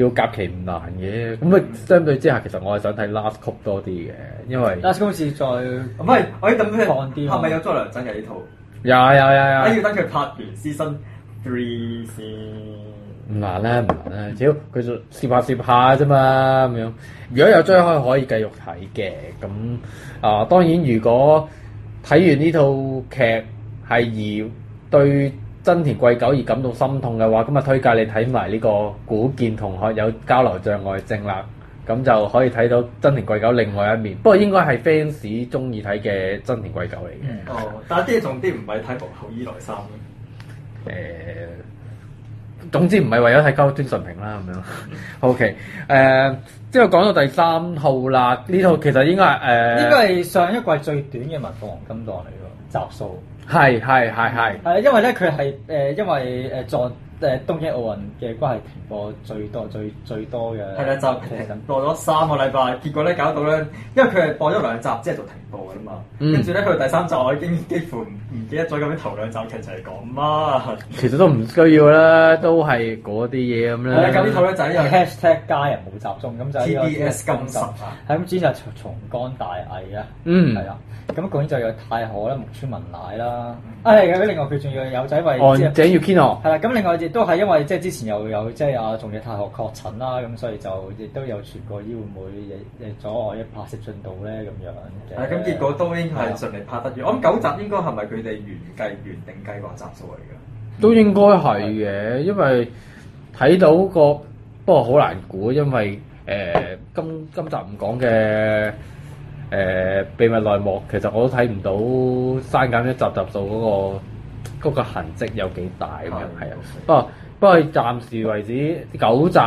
S5: 要夾期唔難嘅。咁啊，相對之下，其實我係想睇 Last Cup 多啲嘅，因為
S6: Last 公司再唔
S7: 唔係，我咁樣
S6: 放啲
S7: 係咪有咗梁振嘅呢套？
S5: 有有有
S7: 啊，
S5: 有
S7: 要等佢拍完 season three 先。
S5: 唔難啦，唔難啦，只要佢就攝下攝下啫嘛，咁樣。如果有追開可以繼續睇嘅，咁啊、當然如果睇完呢套劇係而對真田貴久而感到心痛嘅話，咁啊推介你睇埋呢個古見同學有交流障礙症啦。咁就可以睇到真田貴久另外一面，不過應該係 fans 中意睇嘅真田貴久嚟嘅。
S7: 哦，但係啲重點唔係睇幕後伊來衫咯，
S5: 誒、總之唔係為咗睇溝端純平啦咁樣。OK，誒、之後講到第三套啦，呢套其實應該係誒，
S6: 應該係上一季最短嘅民放黃金檔嚟㗎，集數。
S5: 係係係係
S6: 係因為咧佢係誒因為誒撞誒東京奧運嘅關係停播最多最最多嘅。
S7: 係啦，就停播咗三個禮拜，結果咧搞到咧，因為佢係播咗兩集之後就停播㗎啦嘛，
S5: 嗯
S7: 跟住咧佢第三集我已經幾乎唔唔記得咗咁樣頭兩集劇情係講乜，
S5: 其實都唔需要啦，都係嗰啲嘢咁
S7: 係啦，咁呢套
S5: 啦。
S7: 咧就係
S6: 係啊
S7: 一
S6: hashtag 家人冇集中，咁就係呢個
S7: TBS 金十啊
S6: 係咁主要就係松江大藝啊，
S5: 嗯
S6: 係啊，咁究竟就有太可啦、木村文乃啦，啊係嘅，另外佢仲要有仔為即
S5: 岸
S6: 係啊
S5: 井月 Kino
S6: 係啦，咁另外亦都係因為即係之前又有即係啊仲有太學確診啦，咁所以就亦都有傳過醫會唔會亦亦阻礙一拍攝進度咧咁樣
S7: 個，係
S6: 嘅。
S7: 咁結果都應該係順利拍得完，我諗九集應該係咪佢哋原計原定計劃集數嚟㗎？
S5: 都應該係嘅，因為睇到個不過好難估，因為誒、今今集唔講嘅誒秘密內幕，其實我都睇唔到刪減一集集數嗰、個嗰、個痕跡有幾大咁樣，係啊。不過不過暫時為止九集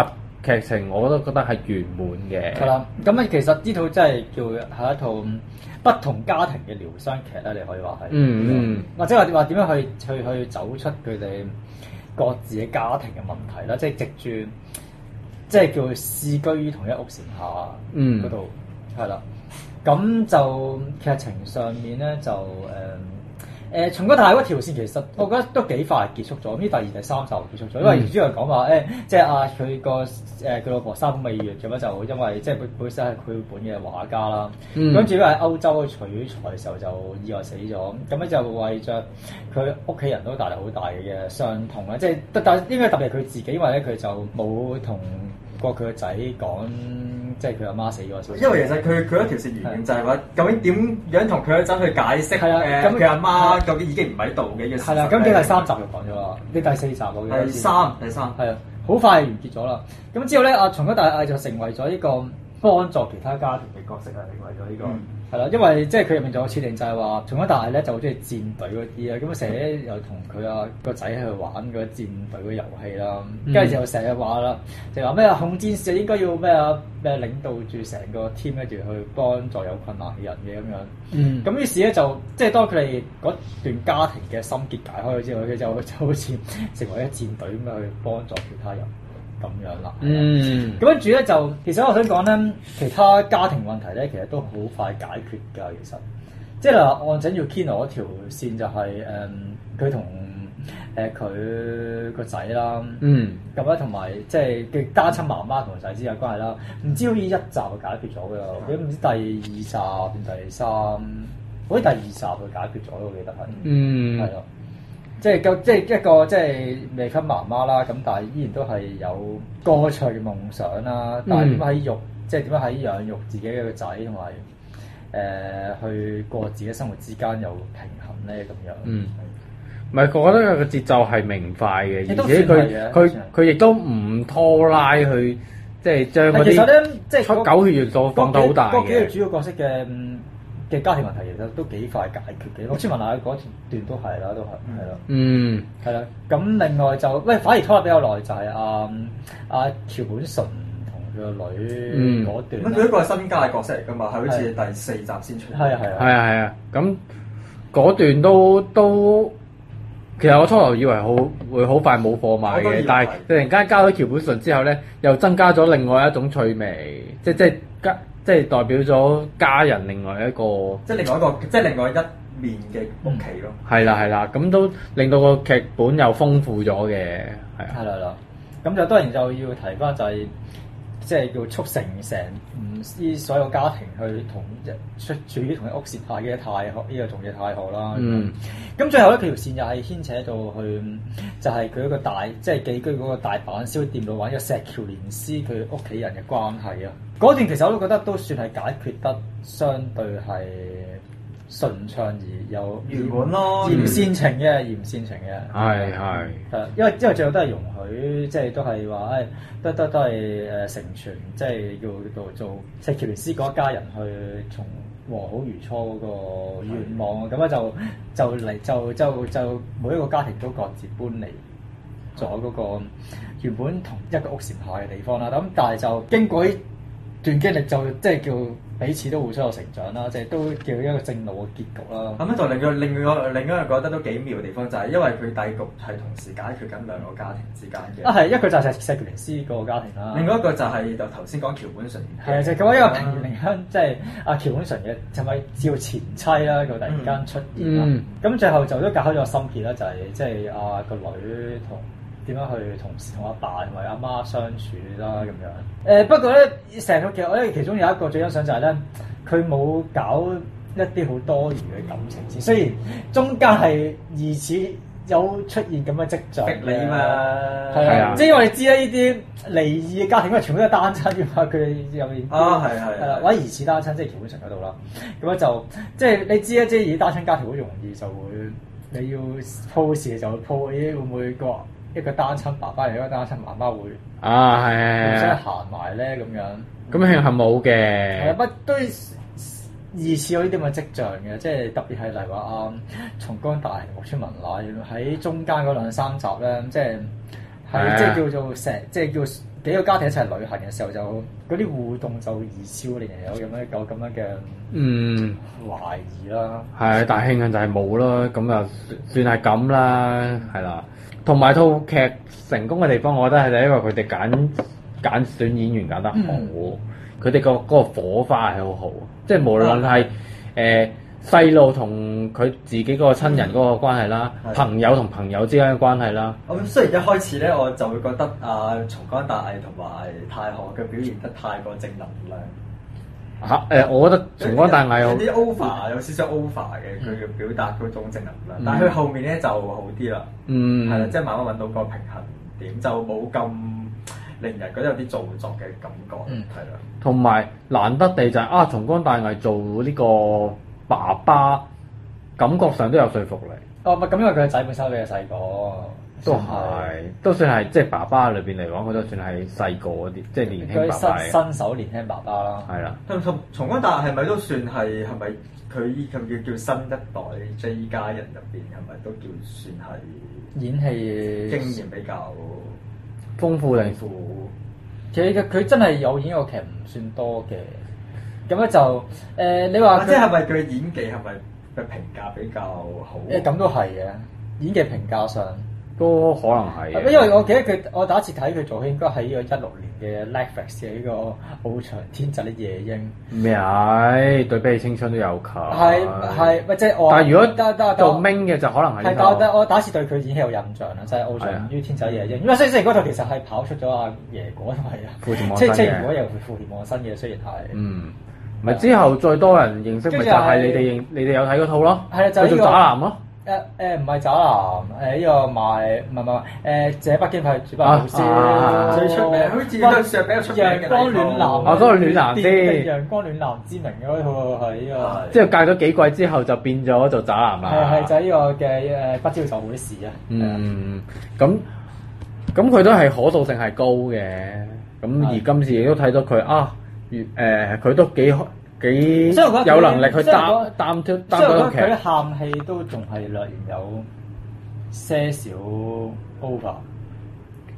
S5: 劇情我都覺得係圓滿嘅。
S6: 係啦，咁啊其實呢套真係叫係一套嗯不同家庭嘅療傷劇啦，你可以話係。
S5: 嗯嗯。
S6: 或者話話點樣去去去走出佢哋各自嘅家庭嘅問題啦，即係藉住即係叫事居於同一屋檐下
S5: 嗯
S6: 嗰度，係啦、咁就劇情上面咧就誒誒、從嗰大嗰條線其實我覺得都幾快結束咗，咁呢第二第三集結束咗，因為
S5: 嗯
S6: 原主人講話誒，即係啊佢個誒佢老婆三未月咁樣就因為即係佢本身係佢本嘅畫家啦，
S5: 嗯
S6: 咁主要喺歐洲去取材嘅時候就意外死咗，咁咧就為着佢屋企人都帶嚟好大嘅傷痛啦，即係但但應該特別係佢自己，因為咧佢就冇同過佢個仔講，即係佢阿媽死咗嘅消息。
S7: 因為其實佢佢一條線原定就係話，究竟點樣同佢一仔去解釋
S6: 係啊
S7: 誒
S6: 咁
S7: 佢阿媽究竟已經唔喺度嘅嘅事實
S6: 係啦，咁你第三集就講咗啦，你第四集我記得
S7: 第三第三，
S6: 係啊，好快完結咗啦。咁之後咧，阿松哥大嗌就成為咗呢個幫助其他家庭嘅角色啊，成為咗呢、
S7: 嗯
S6: 個係啦、因為即係佢入面仲有設定就係話，松哥大嗌咧就好中意戰隊嗰啲啊，咁成日又同佢啊個仔去玩嗰個戰隊嘅遊戲啦，跟住就成日話啦，就話咩啊控戰士應該要咩啊咩領導住成個 team 跟住去幫助有困難嘅人嘅咁樣。
S5: 嗯
S6: 咁於是咧就即係當佢哋嗰段家庭嘅心結解開咗之後，佢就就好似成為一戰隊咁樣去幫助其他人咁樣啦。
S5: 嗯
S6: 咁跟住咧就其實我想講咧，其他家庭問題咧其實都好快解決㗎。其實即係嗱，按整要 Kino 嗰條線就係、誒，佢同誒佢個仔啦。
S5: 嗯
S6: 咁咧，同埋即係嘅單親媽媽同仔之間嘅關係啦，唔知好似一集就解決咗㗎
S5: 嗯
S6: 啦，或者唔知第二集定第三，好似第二集佢解決咗咯，我記得係，
S5: 嗯
S6: 係啊咯、即係夠即係一個即係未婚媽媽啦，咁但係依然都係有歌
S5: 嗯
S6: 唱嘅夢想啦，但係點樣喺育，即係點樣喺養育自己嘅個仔同埋去過自己生活之間有平衡咧？咁樣
S5: 嗯唔係，我覺得佢個節奏係明快嘅，
S6: 亦都
S5: 而且
S6: 算
S5: 佢
S6: 係嘅
S5: 佢
S6: 算係
S5: 佢亦都唔拖拉去，即係將嗰
S6: 但其實
S5: 啲
S6: 咧，即係
S5: 出
S6: 嗰
S5: 狗血元素放到好大
S6: 嗰幾個
S5: 嘅。
S6: 主要角色嘅嗯嘅家庭問題其實都幾快解決嘅。我村文娜嗰段都係啦，都係係啦。
S5: 嗯，
S6: 係啦，咁另外就喂，反而拖得比較耐就係阿嗯阿橋本純同佢個女
S5: 嗯
S6: 嗰段
S7: 咁佢一
S6: 啦，
S7: 個係新加嘅角色嚟㗎嘛，係好似第四集先出。
S6: 係啊係啊，
S5: 係啊係啊，咁嗰段都都，其實我初頭以為好會好快冇貨賣
S7: 我都以
S5: 嘅
S7: 為，
S5: 但係突然間加咗橋本純之後咧，又增加咗另外一種趣味，即即加即係代表咗家人另外一個。
S7: 即係另外一個，即係另外一面嘅屋企咯。
S5: 係啦係啦，咁都令到個劇本又豐富咗嘅，係啊
S6: 係。啦係啦，咁就當然就要提翻就係即係叫促成成唔知所有家庭去同一出處於同一屋檐下嘅太學呢個仲嘅太學啦。
S5: 嗯
S6: 咁最後咧，佢條線又係牽扯到去，就係佢一個大，即係寄居嗰個大阪燒店老闆一個石橋連司佢屋企人嘅關係啊。嗰段其實我都覺得都算係解決得相對係順暢而有
S7: 原本咯
S6: 而唔煽情嘅，而唔煽情嘅。
S5: 係係，
S6: 係，因為因為最後都係容許，即係都係話誒，都都都係誒成全，即係叫做做石橋連斯嗰一家人去從和好如初嗰個願望，啊咁咧就就嚟就就就每一個家庭都各自搬離咗嗰個原本同一個屋檐下嘅地方啦。咁但係就經過呢段經歷，就即係叫彼此都互相有成長啦，即係都叫一個正路嘅結局啦。
S7: 咁咧就令到另外另一個覺得都幾妙嘅地方就係，因為佢大局係同時解決緊兩個家庭之間
S6: 啊，
S7: 嘅。
S6: 係一個就係石石橋連斯個家庭啦。
S7: 另外一個就係就頭先講橋本純嘅，
S6: 係啊，就咁樣一個平原靈香，即係阿橋本純嘅，係咪叫前妻啦？佢突然間出現啦，
S5: 嗯
S6: 咁、最後就都搞開咗心結啦，就係即係阿個女同點樣去同同阿爸同埋阿媽相處啦咁樣。誒、不過咧，成套劇我咧其中有一個最欣賞就係咧，佢冇搞一啲好多餘嘅感情線，雖然中間係疑似有出現咁嘅跡象嘅
S7: 逼你嘛，
S6: 係
S5: 係
S6: 啊
S5: 啊，
S6: 即係因為你知啦，呢啲離異嘅家庭，因為全部都係單親嘅嘛，佢哋入面
S7: 啊係係
S6: 係啦，
S7: 係
S6: 或者疑似單親，即係橋本純嗰度啦。咁咧就即係你知啦，即係以單親家庭好容易就會你要 pose 就 pose，咦會唔會個一個單親爸爸嚟，一個單親媽媽會
S5: 啊係
S6: 互
S5: 係
S6: 相
S5: 係，
S6: 行埋咧咁樣？
S5: 咁慶幸冇
S6: 係啊，
S5: 嘅，
S6: 不都疑似有呢啲咁嘅跡象嘅，即係特別係例如話啊，松江大人木村文乃原來喺中間嗰兩三集咧，即係
S5: 係
S6: 係
S5: 啊
S6: 即係叫做成，即係叫幾個家庭一齊旅行嘅時候，就嗰啲互動就疑似會令人有咁樣有咁樣嘅
S5: 嗯
S6: 懷疑啦。
S5: 係，但係慶幸就係冇啦，咁啊算係咁啦，係啦。同埋套劇成功嘅地方，我覺得係因為佢哋揀揀選演員揀得好，佢哋個嗰個火花係好好，即係無論係誒細路同佢自己嗰個親人嗰個關係啦，
S7: 係
S5: 朋友同朋友之間嘅關係啦，
S7: 咁雖然一開始咧，我就會覺得啊，松江大毅同埋太學嘅表現得太過正能量，
S5: 嚇、誒，我覺得重光大藝好
S7: 有。啲 over 有少少 over 嘅佢嘅表達嗰種正能量，
S5: 嗯
S7: 但係佢後面咧就好啲啦，
S5: 嗯，
S7: 係啦，即係慢慢揾到個平衡點，就冇咁令人覺得有啲做作嘅感覺，
S6: 嗯
S7: 係啦。
S5: 同埋難得地就係、啊，松江大毅做呢個爸爸，感覺上都有說服力，
S6: 哦，唔係咁，因為佢個仔本身比較細個，
S5: 都係都算係即係爸爸裏邊嚟講，佢都算係細個嗰啲，即係年輕
S6: 佢
S5: 爸爸
S6: 新
S5: 嚟，
S6: 新手年輕爸爸啦。
S5: 係啦，
S7: 同同重安達係咪都算係係咪佢依咁叫叫新一代 J 家人入邊係咪都叫算係
S6: 演戲
S7: 經驗比較
S5: 豐富定
S7: 富？
S6: 其實佢真係有演過劇唔算多嘅，咁咧就誒、你話
S7: 或者
S6: 啊佢
S7: 係咪佢演技係咪嘅評價比較好？
S6: 誒呃咁都係嘅，演技評價上，
S5: 都可能係啊嘅。
S6: 啊因為我記得佢我第一次睇佢做戲應該喺呢個一六年嘅 Netflix 嘅呢個《翱翔天際的夜鷹》，
S5: 咩係對比起青春都有求，
S6: 係係咪即係我？
S5: 啊但係如果
S6: 得得
S5: 做
S6: 係
S5: Ming 嘅就可能係
S6: 但
S5: 呢
S6: 係我
S5: 套
S6: 得我第一次對佢演戲有印象啦，就係《翱
S5: 係啊
S6: 翔於天際的夜鷹》，因為雖雖然嗰套其實係跑出咗阿椰果同埋
S5: 富田望
S6: [LAUGHS] 即
S5: 生
S6: 即如果
S5: 嘅，
S6: 有富田望生嘅，雖然係。
S5: 嗯，咪之後最多人認識咪就係你哋認你哋有睇嗰套咯，
S6: 係啦就係
S5: 佢
S6: 呢個
S5: 做渣男咯，
S6: 誒誒呃唔係渣男，誒呢個賣唔係唔係誒，這北京派絕不好
S5: 啊
S6: 笑，
S7: 最出名好似都算係比較出名嘅
S6: 陽光暖男，
S5: 哦都係暖男啊啲
S6: 陽光暖男之名嗰套係呢個。
S5: 之後隔咗幾季之後就變咗做渣男
S6: 係
S5: 啦。
S6: 係就係呢個嘅誒呃不招就會事啊！
S5: 嗯，咁咁佢都係可塑性係高嘅，咁而
S6: 係
S5: 今次亦都睇到佢啊，誒、佢都幾幾
S6: 所以我覺得佢
S5: 有能力去
S6: 所以
S5: 擔
S6: 我覺得
S5: 擔挑擔
S6: 即係
S5: 到
S6: 我
S5: 劇
S6: 覺，得佢喊戲都仲係略然有些少 over，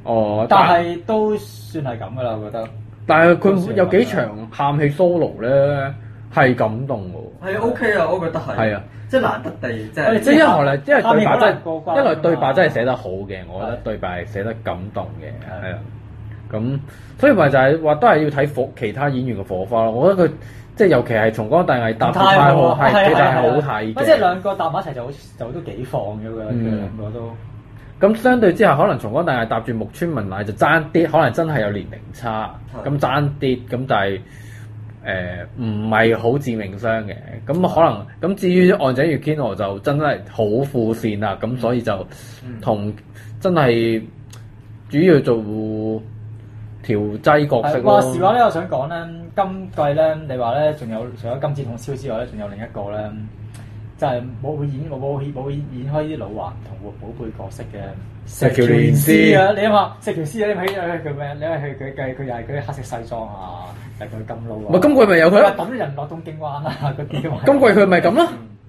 S5: 哦，
S6: 但係啊都算係咁噶啦，我覺得。
S5: 但係佢有幾場喊戲 solo 咧係感動嘅喎，
S7: 係 OK 啊，我覺得係。
S5: 係啊，
S7: 即係難得地，即
S6: 我哋
S7: 係
S5: 即係一來因為
S6: 喊
S5: 對
S6: 戲
S5: 白
S6: 好
S5: 真
S6: 難過關
S5: 係一來對白真係寫得好嘅，我覺得
S6: 係
S5: 對白係寫得感動嘅，
S6: 係
S5: 係啊，咁所以咪就係話都係要睇火其他演員嘅火花咯，我覺得佢。即係尤其係從江大藝搭配太好，啊係其實係好睇
S6: 啊即係
S5: 嘅。
S6: 兩個搭埋一齊就好就都幾放咗㗎，佢
S5: 嗯
S6: 兩個都
S5: 咁相對之下，可能從江大藝搭住木村文乃就爭啲，可能真係有年齡差，
S7: 係
S5: 咁爭啲，咁但係誒唔係好致命傷嘅。咁可能咁至於岸井月堅我就真係好副線啦，咁所以就
S6: 嗯
S5: 同真係主要做調劑角色
S6: 係
S5: 咯
S6: 話。時話咧，我想講咧，今季咧，你話咧，仲有除咗金枝筒燒之外咧，仲有另一個咧，就係冇演冇冇冇演演開啲老頑童活寶貝角色嘅
S5: 石橋蓮司
S6: 啊！你諗下，石橋蓮司你咪睇佢咩？你睇佢佢計佢又係嗰啲黑色西裝啊，又係佢金撈啊，
S5: 咪今季咪有佢
S6: 佢
S5: 咯，
S6: 又抌人落東京灣啊嗰啲嘛。
S5: 今季佢咪咁咯，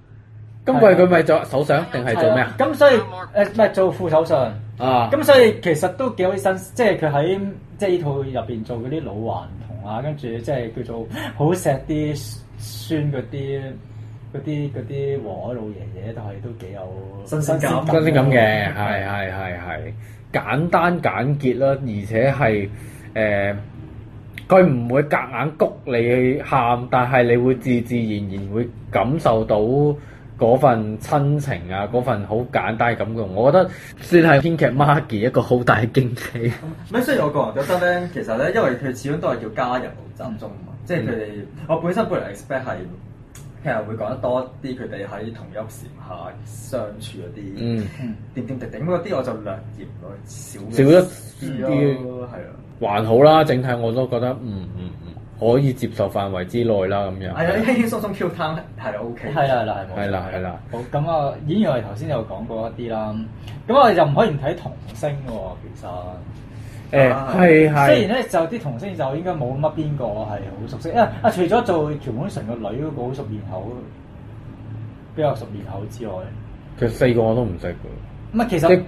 S6: 嗯係啊
S5: 今季佢咪做首相定係做咩啊？
S6: 咁所以誒唔係做副首相。
S5: 啊！
S6: 咁所以其實都幾好新，即係佢喺即係呢套入邊做嗰啲老頑童啊，跟住即係叫做 [LAUGHS] 好錫啲孫嗰啲嗰啲嗰啲和藹老爺爺，都係都幾有
S7: 新鮮感
S5: 新鮮感嘅，係係係係簡單簡潔啦，而且係誒，佢、唔會夾硬谷你去喊，但係你會自自然然會感受到嗰份親情啊，嗰份好簡單嘅感覺。我覺得算係編劇 Margie 一個好大嘅驚喜。
S7: 咁雖然我個人覺得咧，其實咧，因為佢始終都係叫家人好集中嘛，即係佢哋，
S5: 嗯
S7: 我本身本來 expect 係其實會講得多啲佢哋喺同一屋檐下相處嗰啲。
S5: [LAUGHS] 嗯，
S7: 點點滴滴咁嗰啲我就略嫌咯，少
S5: 少咗
S7: 啲
S5: 啲
S7: 咯，係啊。
S5: 還好啦，整體我都覺得嗯嗯嗯可以接受範圍之內啦，咁樣。
S7: 係啊，輕輕鬆鬆 Q time 係 OK。
S6: 係啊啦係啦係冇錯
S5: 嗯係啊啦係啦。
S6: 好咁啊，演員我哋頭先有講過一啲啦，咁我哋就唔可以唔睇童星喎，其實。
S5: 誒係係。
S6: 雖然咧就啲童星就應該冇乜邊個係好熟悉，因為啊除咗做橋本純個女嗰個好熟面口，比較熟面口之外，
S5: 佢四個我都唔識㗎，
S6: 唔啊係其實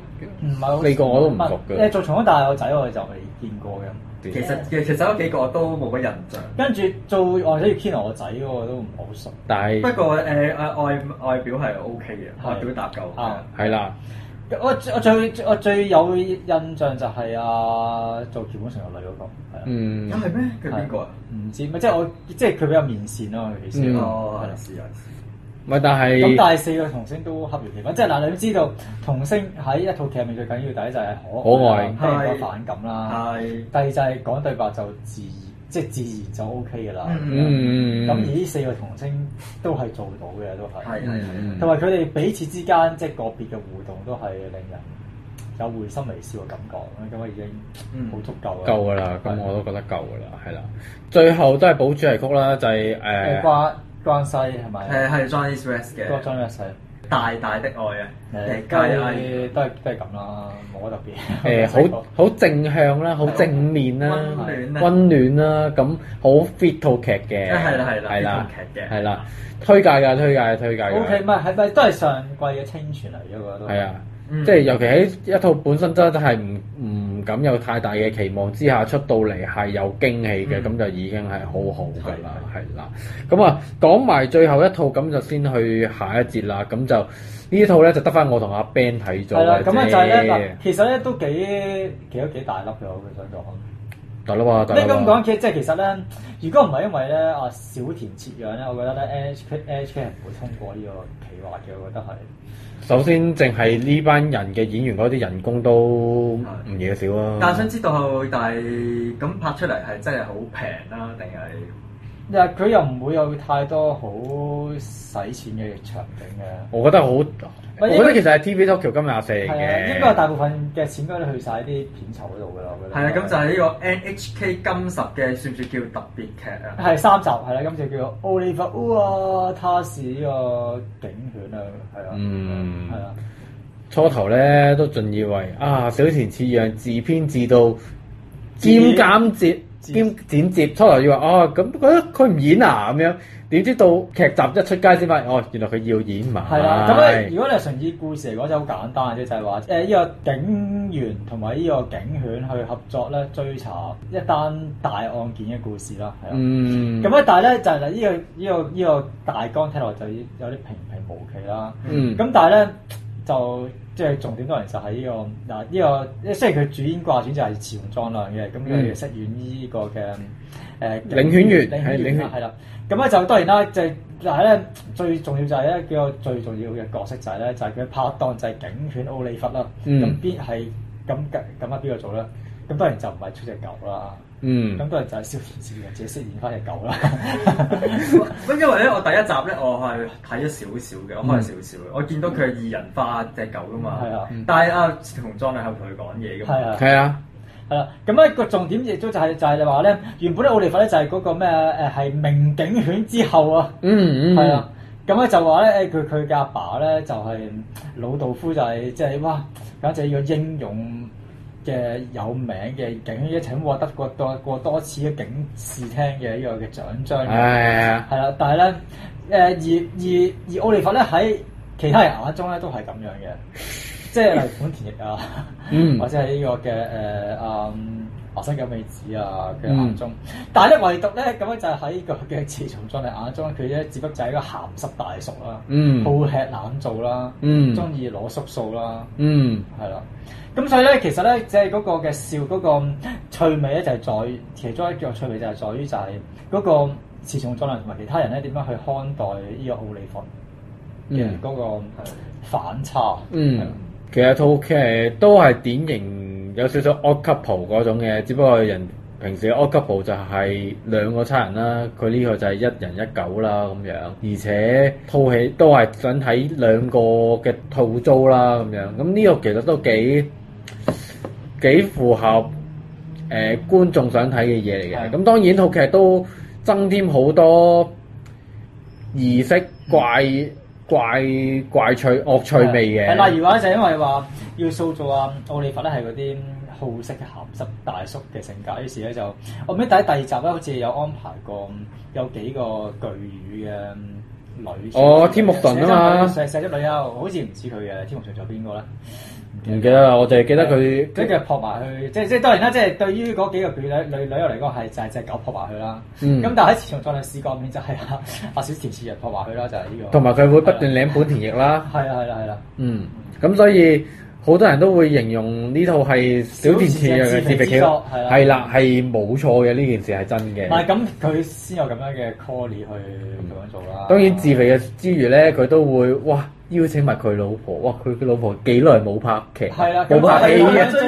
S6: 唔係好
S5: 四個我都唔熟㗎
S6: 誒做重康大個仔我哋就未見過嘅，
S7: 其實其其實有幾個都冇乜印象。
S6: 跟住做我者 Kino 個仔嗰個都唔好熟。
S5: 但係
S7: 不過誒誒外外表係 OK 嘅，
S6: 係
S7: 外表搭夠嘅
S6: 啊。
S5: 係啦。
S6: 我我最我最有印象就係啊做橋本純個女嗰個，係啊
S5: 嗯
S7: 啊，係咩？佢邊個啊？
S6: 唔知咪即係我即係佢比較面善咯，佢其實
S5: 嗯
S7: 哦，
S6: 啦
S7: 係是係是。
S5: 咪但係
S6: 咁但係四個童星都恰如其分，即係嗱，你都知道童星喺一套劇入面最緊要第一就係可愛啦，
S7: 可愛
S6: 俾人個反感啦。
S7: 係。
S6: 第二就係講對白就自然，即係自然就 O K 嘅啦。
S7: 嗯
S5: 嗯
S6: 咁而呢四個童星都係做到嘅，都係
S7: 係。係
S5: 嗯
S7: 係。
S6: 同埋佢哋彼此之間即係個別嘅互動都係令人有會心微笑嘅感覺，咁啊已經
S7: 嗯
S6: 好足夠啦。
S5: 夠㗎啦，咁我都覺得夠㗎啦，係啦。最後都係保主題曲啦，就係啊
S6: 誒
S5: 誒
S6: 關關西係咪？
S7: 誒係 Johnny West
S5: 啊
S6: 嗰
S7: 嘅
S6: 張一世
S7: 大大的愛啊，
S6: 誒，
S7: 誒
S6: 都
S7: 佳藝。
S6: 係都係都係咁啦，冇乜特別。 [LAUGHS]
S5: 誒好好正向啦，好正面啦，
S7: 溫暖啊
S5: 溫暖啦，咁好 fit 套劇嘅，
S7: 啊係啦係啦
S5: 係啦
S7: fit 套劇嘅
S5: 係啦，推介㗎，推介㗎，推介
S6: O K，
S5: 㗎
S6: 唔，係係咪都係上季嘅清泉嚟嘅喎？都
S5: 係啊。
S7: 嗯
S5: 即係尤其喺一套本身真係唔唔敢有太大嘅期望之下出到嚟係有驚喜嘅，
S7: 嗯
S5: 咁、就已經係好好㗎啦，係啦。咁啊，講埋最後一套咁就先去下一節啦。咁就呢套咧就得翻我同阿 Ben 睇咗
S6: 係啦，
S5: 嘅
S6: 咁啊就係咧嗱
S5: 啫。，
S6: 其實咧都幾幾都幾大粒嘅，我想講。
S5: 大佬啊，大
S6: 你咁
S5: 佬啊
S6: 講，，其即係其實咧，如果唔係因為咧啊小田切讓咧，我覺得咧 N H K N H K 係唔會通過呢個企劃嘅，我覺得係。
S5: 首先淨係呢班人嘅演員嗰啲人工都唔嘢少啊。
S7: 啊但係想知道，但係咁拍出嚟係真係好平啦，定係
S6: 又佢又唔會有太多好使錢嘅場景嘅，
S5: 我覺得好，我
S6: 喂
S5: 覺得其實係 TV Tokyo 今廿四嚟
S6: 係啊，應
S5: 嘅
S6: 該。大部分嘅錢都去晒啲片酬嗰度㗎啦，我覺得。
S7: 係啊，咁就係呢個 NHK 金十嘅，算唔算叫特別劇啊？ [LAUGHS]
S6: 係三集係啦，咁就叫奧利弗烏啊，他是呢個警犬啊，係啊，
S5: 嗯
S6: 係啊，
S5: 初頭咧都盡以為啊，小田似樣自編自導兼監接
S6: 自
S5: 兼剪接，初頭以為哦咁覺得佢唔演啊咁樣，點知到劇集一出街先發現哦，原來佢要演埋。
S6: 係啦。咁啊咧，如果你係純以故事嚟講，就好簡單嘅啫，就係話誒呢個警員同埋呢個警犬去合作咧，追查一單大案件嘅故事啦，係啊。
S5: 嗯
S6: 咁咧，但係咧就係嗱，呢個呢個呢個大綱睇落就有啲平平無奇啦。
S5: 嗯
S6: 咁但係咧就即係重點當然就係呢個嗱呢個，雖然佢主演掛選就係池紅壯亮嘅，咁佢
S5: 嗯
S6: 飾演呢個嘅誒
S5: 領犬
S6: 領
S5: 員
S6: 犬
S5: 係領
S6: 員
S5: 犬
S6: 啦，係啦。咁咧就當然啦，就係但係咧最重要就係咧叫個最重要嘅角色就係咧就係佢拍檔就係警犬奧利弗啦。
S5: 嗯
S6: 咁邊係咁咁啊邊個做咧？咁當然就唔係出只狗啦。
S5: 嗯
S6: 咁都係啊就係少年少人自己飾演翻只狗
S5: [LAUGHS]
S6: 啦。 [LAUGHS]
S7: 咁因為咧，我第一集咧，我係睇咗少少嘅，我開咗少少嘅，我見到佢係二人化隻狗噶嘛
S6: 係啊，
S7: 但係阿同莊係後同佢講嘢噶
S6: 係
S7: 嘛，
S6: 啊，
S5: 係啊，
S6: 係啦。咁咧個重點亦都就係就係話咧，原本咧奧利弗咧就係嗰個咩誒係名警犬之後啊，
S5: 嗯嗯，
S6: 係啊。咁咧就話咧誒佢佢嘅阿爸咧就係老道夫就係即係哇，簡直係要英勇。嘅有名嘅警犬，一齊獲得過多過多次嘅警視廳嘅呢個嘅獎章嘅。
S5: 唉，
S6: 係啦，但係咧，誒、而而而奧利弗咧喺其他人眼中咧都係咁樣嘅，即係例如本田翼啊，
S5: 嗯
S6: 或者係呢個嘅誒啊麻生久美子啊嘅
S5: 嗯
S6: 眼中，但係咧唯獨咧咁樣就係喺個嘅池松壯嘅眼中，佢咧只不過就係一個鹹濕大叔啦，
S5: 嗯
S6: 好吃懶做啦，
S5: 嗯
S6: 中意攞縮數啦。
S5: 嗯
S6: 係啦。咁所以咧，其實咧，即係嗰個嘅笑嗰個趣味咧，就係在於其中一個趣味就係在於就係嗰個持重作量同埋其他人咧點樣去看待呢個奧利弗嘅
S5: 嗯
S6: 嗰個呃反差。係啦
S5: 嗯，其實套劇都係典型有少少 odd couple 嗰種嘅，只不過人平時嘅 odd couple 就係兩個差人啦，佢呢個就係一人一狗啦咁樣，而且套戲都係想睇兩個嘅套租啦咁樣，咁呢個其實都幾幾符合誒、呃、觀眾想睇嘅嘢嚟嘅。
S6: 係
S5: 咁當然套劇都增添好多儀式怪怪怪趣惡趣味嘅。
S6: 係例如話咧，就係因為話要塑造啊奧利弗咧係嗰啲好色鹹濕大叔嘅性格，於是咧就我唔記得第一第二集咧，好似有安排過有幾個巨乳嘅女。
S5: 哦天目神啊嘛
S6: 寫寫咗女啊，好似唔知佢嘅天目神仲有邊個咧？
S5: 唔記得啦，我淨係記得佢
S6: 即係啊撲埋去，即係即係當然啦，即係對於嗰幾個女女女友嚟講係就係隻狗撲埋去啦。咁、
S5: 嗯
S6: 但係喺市場再嚟試過面就係阿阿小甜次人撲埋去啦，就係、呢、個。
S5: 同埋佢會不斷舐本田翼啦。
S6: 係啊係啦係啦。
S5: 嗯，咁所以好多人都會形容呢套係小田切讓嘅自肥企鵝，
S6: 係啦
S5: 係啦，係冇錯嘅，呢件事係真
S6: 唔係
S5: 嘅。
S6: 咁，佢先有咁樣嘅 call 去咁樣做啦。
S5: 當然自肥嘅之餘咧，佢都會哇邀請埋佢老婆，哇佢佢老婆幾耐冇拍劇，
S6: 係啦，
S5: 冇拍戲
S7: 係
S5: 嘅
S7: 啊，
S6: 追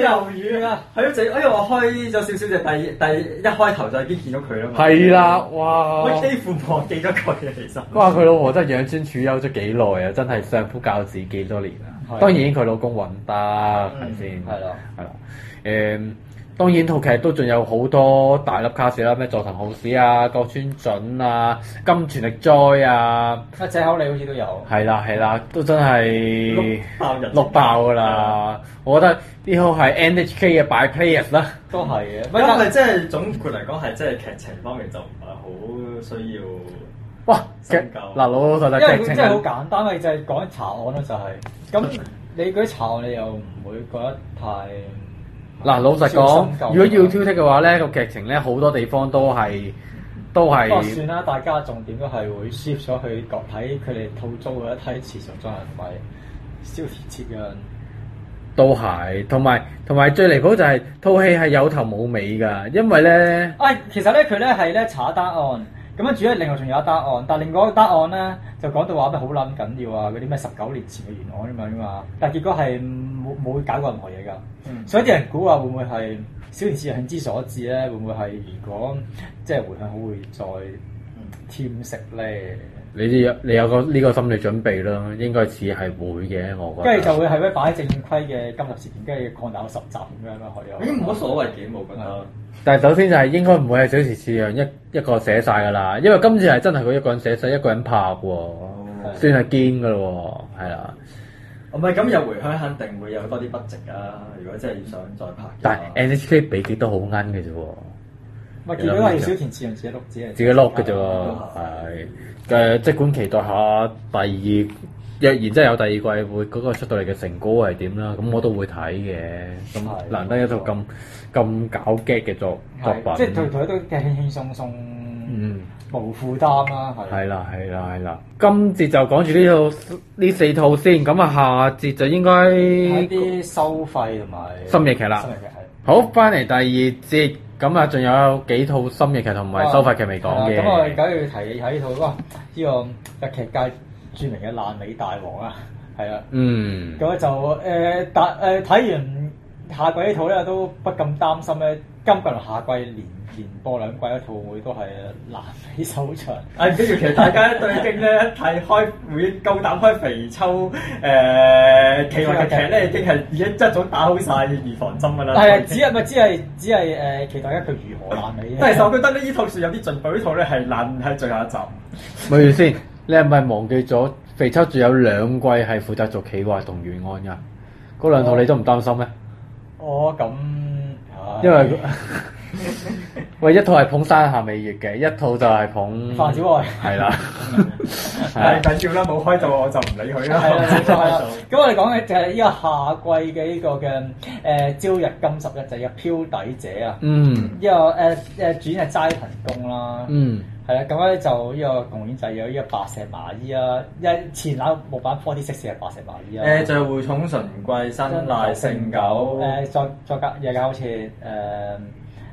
S6: 魷魚啊！
S7: 係咯，就因為我開咗少少就第第一開頭就已經見到佢啦嘛，
S5: 係啦，哇！
S7: 我幾乎忘記咗佢啊嘅其實。
S5: 哇！佢老婆真係養尊處優咗幾耐啊！真係相夫教子幾多年
S6: 係
S5: 啊！
S6: 啊
S5: 當然佢老公揾得係咪先？
S6: 係咯
S5: 係啦。誒，當然套劇都仲有好多大粒卡士啦，咩佐藤浩市啊、角川準啊、金泉力哉啊，
S6: 啊，借口你好似都有。
S5: 係啦係啦，都真係
S7: 碌爆人
S5: 碌爆㗎
S6: 啊
S5: 啦！我覺得呢套係 NHK 嘅 by players 啦。
S6: 都係嘅，唔
S7: 咁係
S6: 係
S7: 即係總括嚟講係即係劇情方面就唔係好需要。
S5: 哇！劇
S7: 深究
S5: 嗱老老實
S6: 但因為
S5: 實劇
S6: 佢真
S5: 情啊
S6: 係好
S5: 係
S6: 簡單嘅，就係講查案啦，就係咁。你嗰啲查案你又唔會覺得太
S5: 嗱老實講，如果要挑剔嘅話咧，個劇情咧好多地方都係都係
S6: 不過算啦，大家重點都係會 shift 咗去各睇佢哋套租嘅，睇池上莊人同埋消田切讓。
S5: 都係，同埋同埋最離譜就係套戲係有頭冇尾㗎，因為咧
S6: 啊，其實咧佢咧係咧查一單案，咁啊樣主要另外仲有一單案，但另外一單案咧就講到話咩好撚緊要啊，嗰啲咩十九年前嘅懸案咁樣噶嘛，但結果係冇冇搞過任何嘢㗎，
S7: 嗯
S6: 所以啲人估話會唔會係小田切向之所致咧？會唔會係如果即係回向好會再添食咧？
S5: 你有你有個呢個心理準備啦，應該似係會嘅，我覺
S6: 跟
S5: 得。
S6: 住就會係咩擺喺正規嘅金立事件，跟住擴大到十集咁樣咯，可以
S7: 咁
S6: 有。
S5: 嗯
S7: 冇所謂嘅，我覺得。
S5: 但係首先就係應該唔會係小時似樣一一個寫晒㗎啦，因為今次係真係佢一個人寫晒，一個人拍喎，
S6: 哦
S5: 算係堅㗎咯喎，係啦。
S7: 唔係咁有回鄉，肯定會有多啲筆值啊！如果真係要想再拍嘅話，
S5: 但
S6: 哦
S5: 係 NHK 俾幾多好啱嘅啫喎，
S6: 咪見到係小田智人自己錄，只係
S5: 自己 lock 嘅啫
S6: 哦
S5: 喎，係誒，即管期待下第二，若然真係有第二季會嗰個出到嚟嘅成果係點啦，咁我都會睇嘅。
S6: 係
S5: 咁難得一套咁咁搞激嘅作作
S6: 係即係
S5: 品，
S6: 佢佢都嘅輕輕鬆鬆，
S5: 嗯。
S6: 無負擔啦，
S5: 係啦，係啦，係啦。今節就講住呢套呢四套先，咁啊下節就應
S6: 係一
S5: 該
S6: 啲收費同埋
S5: 深夜劇啦
S6: 深夜劇係。
S5: 好翻嚟第二節，咁啊仲有幾套深夜劇同埋收費劇未講
S6: 係
S5: 嘅。
S6: 啊啦咁我哋梗係要提喺呢套哇！呢個日劇界著名嘅爛尾大王啊，係啊。
S5: 嗯，
S6: 咁咧就誒但誒睇完下季呢套咧，都不禁擔心咧，今季同下季連連播兩季一套會都係爛尾收
S5: [LAUGHS]
S6: 場。
S7: 啊，跟住其實大家對經咧一睇開會夠膽開肥秋誒、奇幻嘅劇咧，已經係已經一早打好晒預防針㗎啦。
S6: 但係只係咪只係只係誒期待一佢如何爛尾啫
S7: 但係其實我覺得呢，呢套算有啲進步，呢套咧係爛喺最後一集。
S5: 咪住先，你係咪忘記咗肥秋仲有兩季係負責做企劃同原案㗎？嗰
S6: 哦
S5: 兩套你都唔擔心咩？
S6: 我哦咁，唉
S5: 因為喂一套係捧山下美月嘅，一套就係捧
S6: 范小愛
S5: 係
S6: [LAUGHS]
S5: 啦，係啊
S7: 係緊要啦，冇開到我就唔理佢啦。
S6: 係啦，冇錯係啦。咁我哋講嘅就係呢個下季嘅呢個嘅誒朝日金十一就係嘅漂底者啊，
S5: 嗯
S6: 呢個誒誒主演係齋藤工啦。
S5: 嗯。
S6: 係啦，咁咧就呢個共演就有呢個白石麻衣啦，一前樓木板 forty six 係白石麻衣啦。啊
S7: 誒，就係會重純貴新賴聖狗。
S6: 誒再再加又有好似誒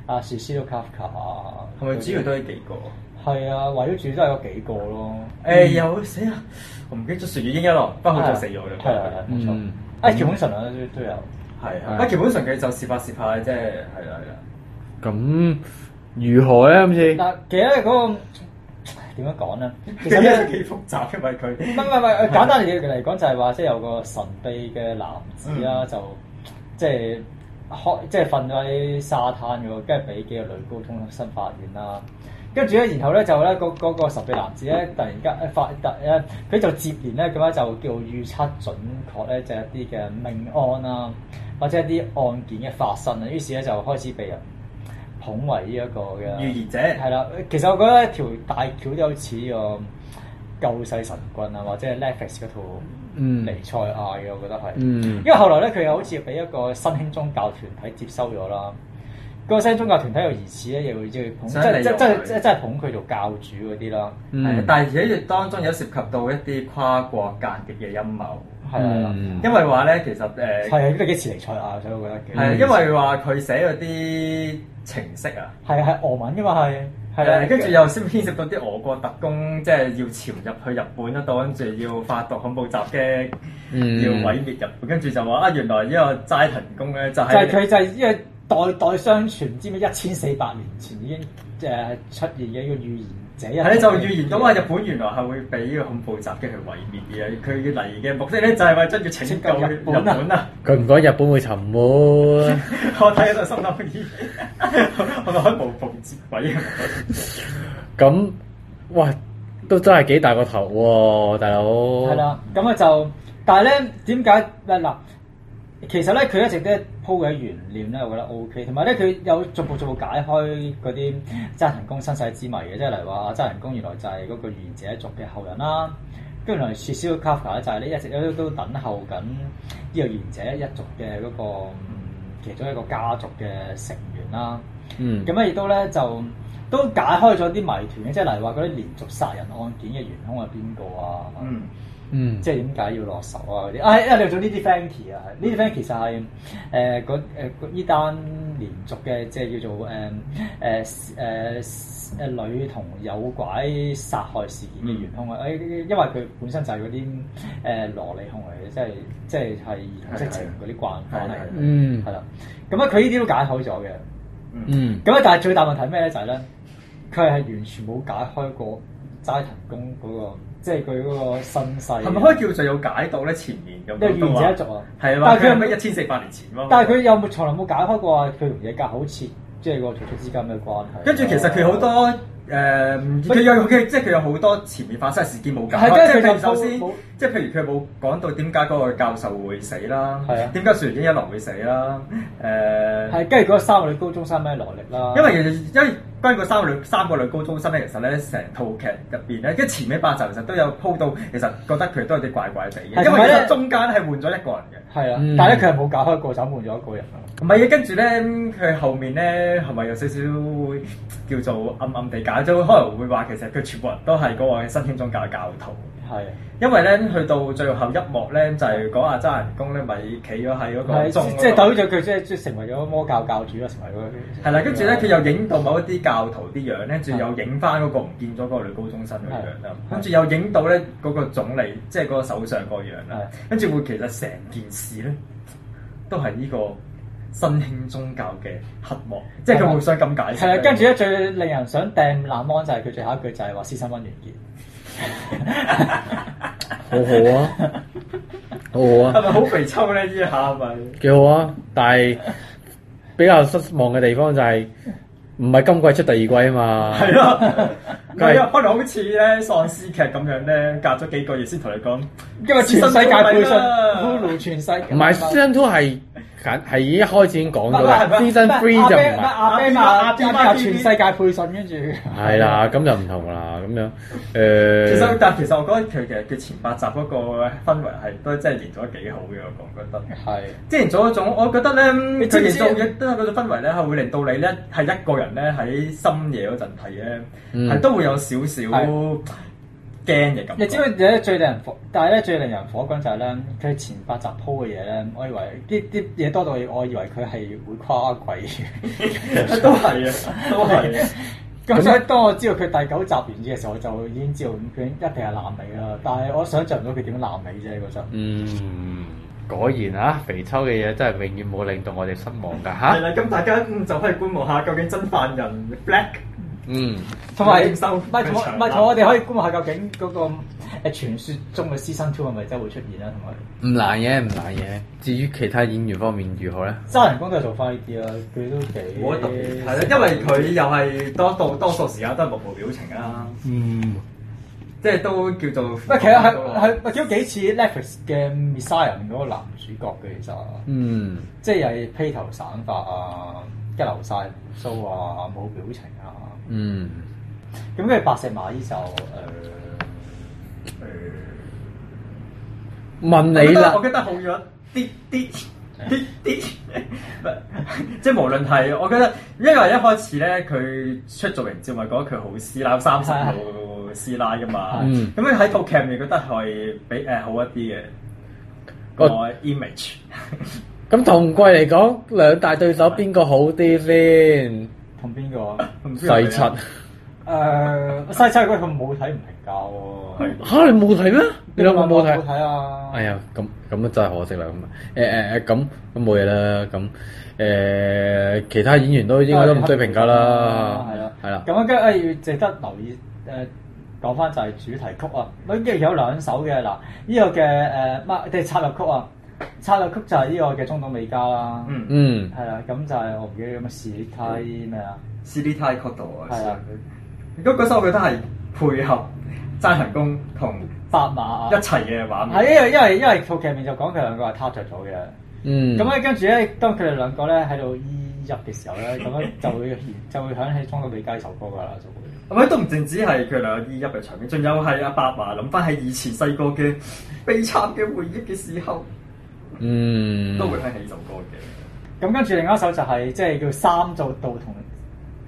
S6: 阿 s u s i l Kafka 啊，
S7: 係咪主要都係幾個？
S6: 係啊，圍繞住都係有幾個咯。
S7: 誒
S6: 嗯
S7: 有死啊！我唔記得咗雪月英一郎，不過就死咗
S6: 係啊係啊
S7: 啦。
S6: 冇
S5: 嗯
S6: 錯。啊，橋本純啊都都有。
S7: 係啊，基本上佢就試拍試拍，即係係啦係啦。
S5: 咁如何咧？今次
S6: 嗱，其實咧嗰個點樣講
S7: [LAUGHS]
S6: 咧？其實
S7: 佢
S6: 咧。
S7: 幾複雜，因為
S6: 唔
S7: 佢
S6: 係唔係唔係，簡單嚟嚟講就係話，即係有個神秘嘅男子啦，
S7: 嗯
S6: 就即係開即係瞓咗喺沙灘嗰度，跟住俾幾個女高中生發現啦。跟住咧，然後咧就咧嗰嗰個神秘男子咧，突然間誒發突誒，佢就接連咧咁樣就叫預測準確咧，就一啲嘅命案啦，或者一啲案件嘅發生啊，於是咧就開始被人捧為呢一個嘅
S7: 預言者
S6: 係啦，其實我覺得條大橋都好似個救世神棍啊，或者係 Netflix 嗰套
S5: 嗯
S6: 尼賽亞嘅，我覺得係。
S5: 嗯
S6: 因為後來咧，佢又好似俾一個新興宗教團體接收咗啦。嗰個新興宗教團體又疑似咧，又會即係捧，即
S7: 想利用
S6: 係即係即係
S7: 佢
S6: 即係即係捧佢做教主嗰啲啦。
S7: 係
S5: 嗯，
S7: 但係而且當中有涉及到一啲跨國間諜嘅陰謀，
S6: 係啊，
S5: 嗯
S7: 因為話咧其實誒
S6: 係啊，呢個幾似尼賽亞，所以我覺得幾。
S7: 係啊因為話佢寫嗰啲程式啊。
S6: 係係俄文噶嘛係。係啊
S7: 誒，，跟住又先牽涉到啲俄國特工，即係要潛入去日本嗰度，跟住要發動恐怖襲擊，
S5: 嗯
S7: 要毀滅日本，跟住就話啊，原來呢個齋藤工咧就
S6: 就係
S7: 係
S6: 佢就係因為代代相傳，唔知咩一千四百年前已經誒出現嘅一個預言者。
S7: 係咧，就預言到啊！日本原來係會俾呢個恐怖襲擊去毀滅嘅，佢嚟嘅目的咧就係為咗要拯救日本啊！ [LAUGHS]
S5: 佢唔講日本會沉沒，
S7: 我睇到心諗咦， [LAUGHS] 我咪可以無縫接軌啊！
S5: 咁哇都真係幾大個頭喎、大佬。
S6: 係
S5: 係，
S6: 啦，咁啊就，但係咧點解嗱嗱？其實咧佢一直都鋪嘅懸念咧，我覺得 O K，同埋咧佢有逐步逐步解開嗰啲真人工身世之謎嘅，即係例如話真人工原來就係嗰個預言者一族嘅後人啦。跟住原來雪消 Kafka 咧就係咧一直都都等候緊呢個預言者一族嘅嗰、個、嗯、其中一個家族嘅成員啦。
S5: 嗯，
S6: 咁啊咧亦都咧就都解開咗啲謎團嘅，即係例如話嗰啲連續殺人案件嘅元兇係邊個啊？
S7: 嗯，
S5: 嗯，
S6: 即係點解要落手啊嗰啲啊！因為你做呢啲 Fanky 啊，呢啲
S7: 嗯
S6: Fanky 就係誒嗰誒嗰呢單連續嘅即係叫做呃誒誒誒誒呃女童誘拐殺害事件嘅元
S7: 嗯
S6: 兇啊！誒因為佢本身就係嗰啲誒蘿莉控嚟嘅，即係即係係兒童色情嗰啲慣犯嚟嘅，
S5: 嗯
S6: 係啦。咁啊，佢呢啲都解開咗嘅。啊
S5: 嗯
S6: 咁咧，但係最大問題係咩咧？就係咧，佢係完全冇解開過齋藤工嗰、個，即係佢嗰個身世。
S7: 係咪可以叫做有解到咧？前面咁
S6: 因為
S7: 都
S6: 原
S7: 話
S6: 者一族啊？
S7: 係啦，
S6: 但係
S7: 佢
S6: 佢
S7: 係咩一千四百年前啊咯。
S6: 但係佢有冇從來冇解開過啊話佢同野格好似即係個族長之間嘅關係？啊
S7: 跟住其實佢好多誒，佢有佢即係佢有好多前面發生嘅事件冇解
S6: 係跟
S7: 開，即係
S6: 住佢就
S7: 譬如首先
S6: 冇冇，
S7: 即係譬如佢冇講到點解嗰個教授會死啦
S6: 係啊，
S7: 點解船英一郎會死啦，誒，
S6: 係跟啊住嗰三個女高中生咩來歷啦？
S7: 因為其實因為關於個三個女三個女高中生咧，其實咧成套劇入邊咧，跟住前面八集其實都有鋪到，其實覺得佢都有啲怪怪地
S6: 係
S7: 嘅，因
S6: 同埋
S7: 為其
S6: 咧
S7: 實中間係換咗一個人嘅。
S6: 係啦
S5: 嗯，
S6: 但係咧佢係冇解開過，就換咗一個人啊。
S7: 唔係啊，跟住咧，佢後面咧係咪有少少會叫做暗暗地解咗？可能會話其實佢全部人都係嗰個新興宗教嘅教徒，
S6: 係
S7: 因為咧去到最後一幕咧，就係講阿揸人工咧，咪企咗喺嗰個鐘嗰
S6: 係
S7: 度
S6: 即係等咗佢即係即係成為咗魔教教主啦，成為嗰
S7: 係啦，跟住咧佢又影到某一啲教徒啲樣咧，仲有影翻嗰個唔見咗嗰個女高中生嘅樣啦，
S6: 係
S7: 跟住又影到咧嗰個總理，即係嗰個首相個樣啦，跟住會其實成件事咧都係呢個新興宗教嘅黑幕，即係佢互相咁解釋。
S6: 係啊啦，跟住咧最令人想掟冷芒就係佢最後一句就係話師生温完
S7: [LAUGHS] [LAUGHS]
S6: 結。
S5: 好好啊，好好
S7: 係
S5: 啊，
S7: 咪好肥抽咧？呢下咪
S5: 幾好啊！但係比較失望嘅地方就係唔係今季出第二季啊嘛。
S7: 係咯，唔係啊，可能好似咧喪屍劇咁樣咧，隔咗幾個月先同你講。
S6: 因為全世界配
S7: 師
S6: 信
S7: 生
S6: Hulu 全世界
S5: 唔係 Season Two 係緊係已經開始講
S7: 唔
S5: 咗啦
S7: 係唔係
S5: ，Season Three 就唔係。
S6: 阿
S7: 阿
S6: b
S7: 啤
S6: e
S7: 馬
S6: 阿
S7: 阿
S6: b
S7: 啤
S6: e
S7: 馬
S6: 全世界配信，跟住
S5: 係啦，咁就唔同啦，咁樣
S7: 其
S5: 誒
S7: 實，但其實我覺得佢嘅佢前八集嗰個氛圍係都真係營造得幾好嘅，我覺得。
S6: 係
S7: 即係營造一種，我覺得咧，
S6: 你
S7: 佢
S6: 知唔知
S7: 營造嘅都係嗰種氛圍咧，係會令到你咧係一個人咧喺深夜嗰陣睇咧，係、
S5: 嗯
S7: 都會有少少
S6: 係
S7: 驚嘅感覺。
S6: 你知唔知咧最令人火？但係咧最令人火滾就係咧，佢前八集鋪嘅嘢咧，我以為啲啲嘢多到我以為佢係會跨季
S7: [LAUGHS]
S6: 嘅，
S7: 都係啊，都係啊。
S6: 咁所以當我知道佢第九集完結嘅時候，我就已經知道佢一定係爛尾啦。但係我想象唔到佢點樣爛尾啫嗰陣。
S5: 嗯，果然啊，肥秋嘅嘢真係永遠冇令到我哋失望㗎
S7: [LAUGHS] 係
S5: 吓。
S7: 啦，咁大家嗯就可以觀望下究竟真犯人 Black
S5: 嗯，
S6: 同埋唔
S7: 點收
S6: 係同
S7: 佢長
S6: 唔係
S7: 啦
S6: 同我哋可以觀望下究竟嗰個誒傳説中嘅 Season Two 係咪真係會出現啦？啊同埋
S5: 唔難嘅，唔難嘅。至於其他演員方面如何咧？
S6: 揸人工都係做翻呢啲啦，啊佢都幾
S7: 冇得特別睇啦，因為佢又係多到多數時間都係目無表情啦，
S5: 嗯，
S7: 即係都叫做。
S6: 喂，其實係係係幾似 Netflix 嘅 Messiah 入面嗰個男主角嘅，其實
S5: 嗯，
S6: 即係又係披頭散髮啊，一流晒鬍鬚啊，冇表情啊。
S5: 嗯，
S6: 咁跟住白石馬依就誒，呃
S7: 我
S5: 問嗯你
S7: 覺得我
S5: 啦，
S7: 覺得好咗啲啲啲啲， [LAUGHS] 即係無論係我覺得，因為一開始咧佢出造型照咪覺得佢好師奶，三十老師奶噶嘛，
S5: 嗯
S7: 咁佢喺套劇入面覺得係比誒好一啲嘅
S5: 個
S7: 個 image。
S5: 咁同季嚟講，兩大對手邊個好啲先？
S6: 同邊個啊？
S7: 唔知係咪
S5: 細
S7: 啊
S5: 七，
S6: 誒西七嗰個冇睇唔評價喎，
S5: 嚇你冇睇咩？你兩個冇睇
S6: 冇？睇啊？
S5: 哎呀，咁咁啊真係可惜啦咁。誒誒誒，咁咁冇嘢啦。咁誒、其他演員都應該都唔需評價啦。
S6: 係啦，
S5: 係啦。
S6: 咁啊，跟誒要值得留意誒，講翻就係主題曲啊，咁跟住有兩首嘅嗱，呢個嘅誒乜即係策略曲啊，策略曲就係呢個嘅中島美嘉啦，
S7: 嗯
S5: 嗯，
S6: 係啦，咁就係我唔記得咁嘅史梯咩啊，
S7: CD t i c o d 啊，
S6: 係啊
S7: 嗰嗰首我覺得係配合齋藤工同
S6: 白馬啊
S7: 一，齊嘅畫面。
S6: 係因啊為因為因為套劇面就講佢兩個係塌着咗嘅，
S5: 嗯，
S7: 啊
S6: 咁啊咧跟住咧，當佢哋兩個咧喺度依泣嘅時候咧，咁樣就會就會響起中島美嘉呢首歌㗎啦，就
S7: 咁
S6: 會。
S7: 啊都唔淨止係佢兩個依泣嘅場面，仲有係阿伯華諗翻起以前細個嘅悲慘嘅回憶嘅時候，
S5: 嗯，
S7: 都會聽起呢首歌嘅。
S6: 咁跟住另一首就係、即係叫三做道同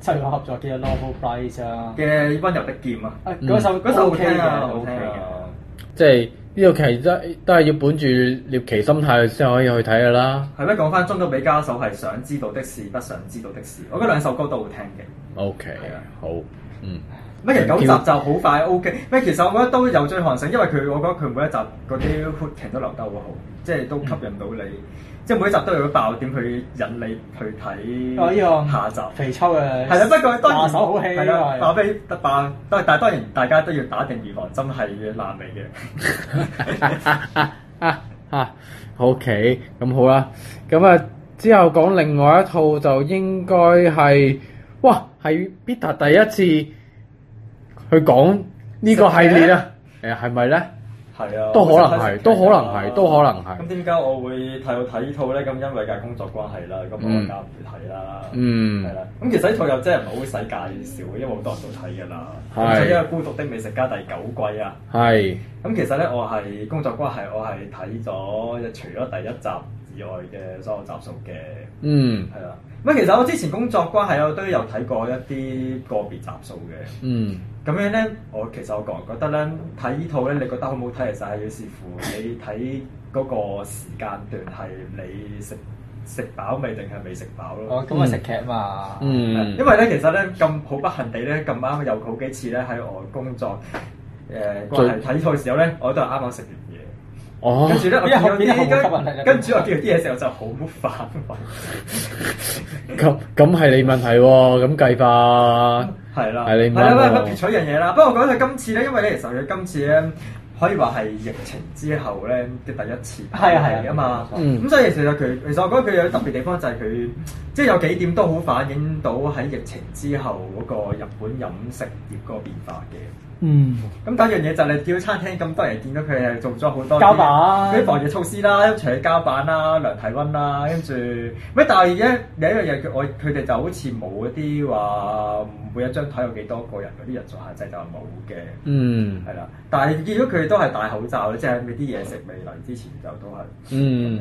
S6: 七月合作嘅《Love Price》啊，
S7: 嘅溫柔的劍啊，
S6: 啊嗰首
S7: 嗯嗰首好
S6: OK
S7: 聽
S6: 嘅
S7: 啊
S6: ，OK
S7: 好聽
S6: 嘅
S7: 啊。
S5: 即係呢套劇都都係要本住獵奇心態先可以去睇噶啦。
S7: 係咩？講翻中島美嘉首係想知道的事，不想知道的事。我覺得兩首歌都好聽嘅。
S5: OK，
S7: 係啊
S5: 好，嗯，
S7: 乜其實九集就好快 OK。咩其實我覺得都有追韓性，因為佢我覺得佢每一集嗰啲 hook 劇都留得好好，即係都吸引到你。即係每一集都有個爆點去引你去
S6: 哦，呢
S7: 睇
S6: 個
S7: 嗯下集。
S6: 肥秋嘅
S7: 係啦，不過當
S6: 拿
S7: 然
S6: 手好戲啊
S7: 係啦，
S6: 因為
S7: 爆飛得爆，但但當然大家都要打定預防針係爛尾嘅。
S5: OK，咁好啦，咁啊之後講另外一套就應該係，哇，係 Peter 第一次去講呢個系列啊，誒係咪咧？
S7: 係啊，
S5: 都可能係
S7: 我哦真係
S5: 都可能係都可能係
S7: 咁點解我會睇到睇呢套咧？咁因為嘅工作關係啦，咁我
S5: 嗯
S7: 加唔睇啦。
S5: 嗯
S7: 係啦。咁其實呢套又真係唔係好使介紹嘅，因為好多人都睇㗎啦。
S5: 係
S7: 咁就因為《孤獨的美食家》第九季啊。
S5: 係，
S7: 咁其實咧，我係工作關係，我係睇咗除咗第一集以外嘅所有集數嘅，
S5: 嗯
S7: 係啦。咁其實我之前工作關係我都有睇過一啲個別集數嘅。
S5: 嗯
S7: 咁樣咧，我其實我個人覺得咧，睇呢套咧，你覺得好唔好睇，其實係要視乎你睇嗰個時間段係你食食飽未定係未食飽咯。
S6: 哦，咁啊食劇嘛，
S5: 嗯，
S7: 因為咧，其實咧咁好不幸地咧，咁啱有好幾次咧喺我工作誒關係睇呢套嘅時候咧，我都係啱啱食完嘢。
S5: 哦
S7: 跟，住咧，我見
S6: 因為後面
S7: 有
S6: 後面吸引力
S7: 啲
S6: 嘅
S7: 跟住我見到啲嘢嘅時候就好反胃，
S5: 咁咁係你問題喎，咁計法，
S7: 係啦，
S5: 係你唔啱
S7: 啦，不
S5: 喎
S7: 不撇除一樣嘢啦。不過我覺得佢今次咧，因為咧其實佢今次咧可以話係疫情之後咧嘅第一次
S6: 係啊係啊
S7: 啊嘛。
S5: 嗯
S7: 咁所以其實佢其實我覺得佢有特別地方就係佢即係有幾點都好反映到喺疫情之後嗰個日本飲食業嗰個變化嘅。
S6: 嗯，
S7: 咁第一樣嘢就係你叫餐廳咁多人見到佢係做咗好多
S6: 膠板
S7: 啲啊防疫措施啦，除咗膠板啦、量體温啦，跟住咩？但係而家有一樣嘢，佢我佢哋就好似冇一啲話每一張台有幾多個人嗰啲人數限制就係冇嘅。
S5: 嗯
S7: 係啦，但係見到佢都係戴口罩，即係嗰啲嘢食未嚟之前就都係
S5: 嗯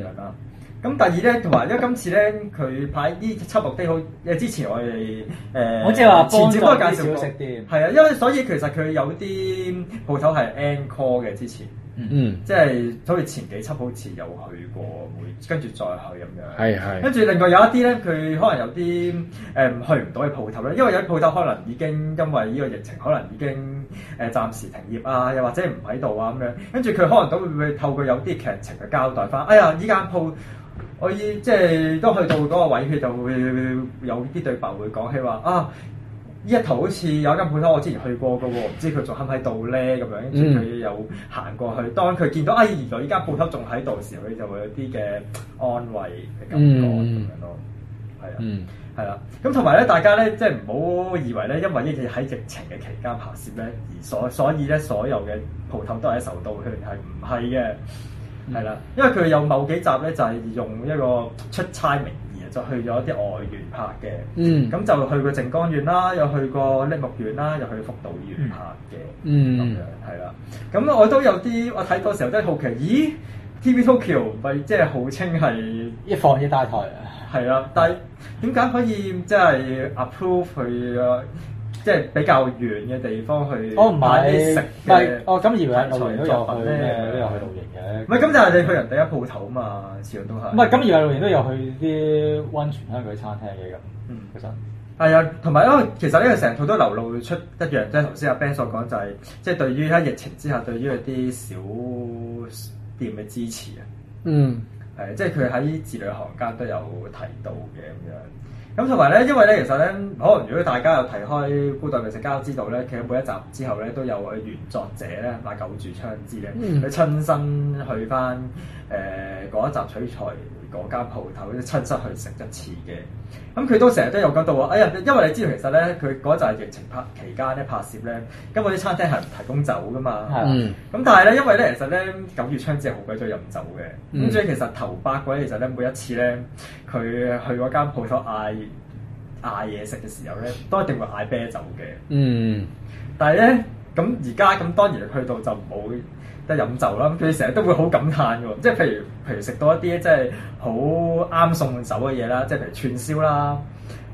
S7: 咁樣啦。咁第二咧，同埋因為今次咧，佢派呢七目的好，誒之前我哋誒、呃、
S6: 好似話幫
S7: 前
S6: 助
S7: 節都有介
S6: 啲
S7: 紹
S6: 小
S7: 過
S6: 食店
S7: 係啊，因為所以其實佢有啲鋪頭係 end call 嘅之前，
S5: 嗯，
S7: 即係好似前幾輯好似有去過，會跟住再去咁樣。
S5: 係係
S7: 跟住另外有一啲咧，佢可能有啲誒、去唔到嘅鋪頭咧，因為有啲鋪頭可能已經因為呢個疫情，可能已經誒、暫時停業啊，又或者唔喺度啊咁樣。跟住佢可能都會會透過有啲劇情嘅交代翻，哎呀呢間鋪。我依即係都去到嗰個位，佢就會有啲對白會講起話啊，呢一頭好似有間鋪頭我之前去過嘅喎，唔知佢仲喺唔喺度咧咁
S5: 嗯
S7: 樣，跟住佢有行過去，當佢見到哎原來呢間鋪頭仲喺度嘅時候，佢就會有啲嘅安慰嘅感覺咁
S5: 嗯
S7: 樣咯，係啊。
S5: 嗯
S7: 係啦，咁同埋咧，大家咧即係唔好以為咧，因為呢啲喺疫情嘅期間拍攝咧，而所所以咧所有嘅鋪頭都係受到佢係唔係嘅，
S5: 嗯
S7: 係啦，因為佢有某幾集咧就係、用一個出差名義啊，就去咗啲外縣拍嘅，
S5: 嗯
S7: 咁、就去過靜江縣啦，又去過栃木縣啦，又去福島縣拍嘅。咁
S5: 嗯
S7: 樣，係啦。咁我都有啲，我睇嗰時候都係好奇，咦？TV Tokyo 咪即係號稱係
S6: 一放嘢大台啊，
S7: 係啦，但係點解可以即係 approve 去呃即係比較遠嘅地方去
S6: 哦我唔
S7: 嗯買啲
S6: 係
S7: 食
S6: 唔係哦
S7: 嘅，
S6: 我咁以為
S7: 題材
S6: 露營都有
S7: 作品
S6: 去
S7: 咧
S6: 咩？都有去露營嘅，
S7: 唔係咁，但係你去人哋一鋪頭嘛，始終都係
S6: 唔係咁以為露營都有去啲温泉香港啲餐廳嘅咁，
S7: 嗯
S6: 其實。
S7: 係啊，同埋因為其實呢個成套都流露出一樣，即係頭先阿 Ben 所講就係、即係對於喺疫情之下對於一啲小店嘅支持啊。
S5: 嗯
S7: 係，即係佢喺字裏行間都有提到嘅咁樣。咁同埋咧，因為咧，其實咧，可能如果大家有提開《孤獨美食家》，都知道咧，其實每一集之後咧，都有佢原作者咧，馬久住昌之咧，
S5: 嗯
S7: 佢親身去翻誒嗰一集取材嗰間鋪頭，親身去食一次嘅。咁佢都成日都有講到話，哎呀，因為你知道其實咧，佢嗰陣疫情拍期間咧拍攝咧，咁嗰啲餐廳係唔提供酒噶嘛。
S6: 係啊
S5: 嗯
S7: 咁但係咧，因為咧，其實咧九月槍之後好鬼咗飲酒嘅，咁、
S5: 嗯
S7: 所以其實頭八個咧，其實咧每一次咧，佢去嗰間鋪頭嗌嗌嘢食嘅時候咧，都一定會嗌啤酒嘅。
S5: 嗯
S7: 但係咧，咁而家咁當然去到就冇得飲酒啦。咁佢成日都會好感嘆嘅喎，即係譬如譬如食到一啲即係好啱送酒嘅嘢啦，即係譬如串燒啦。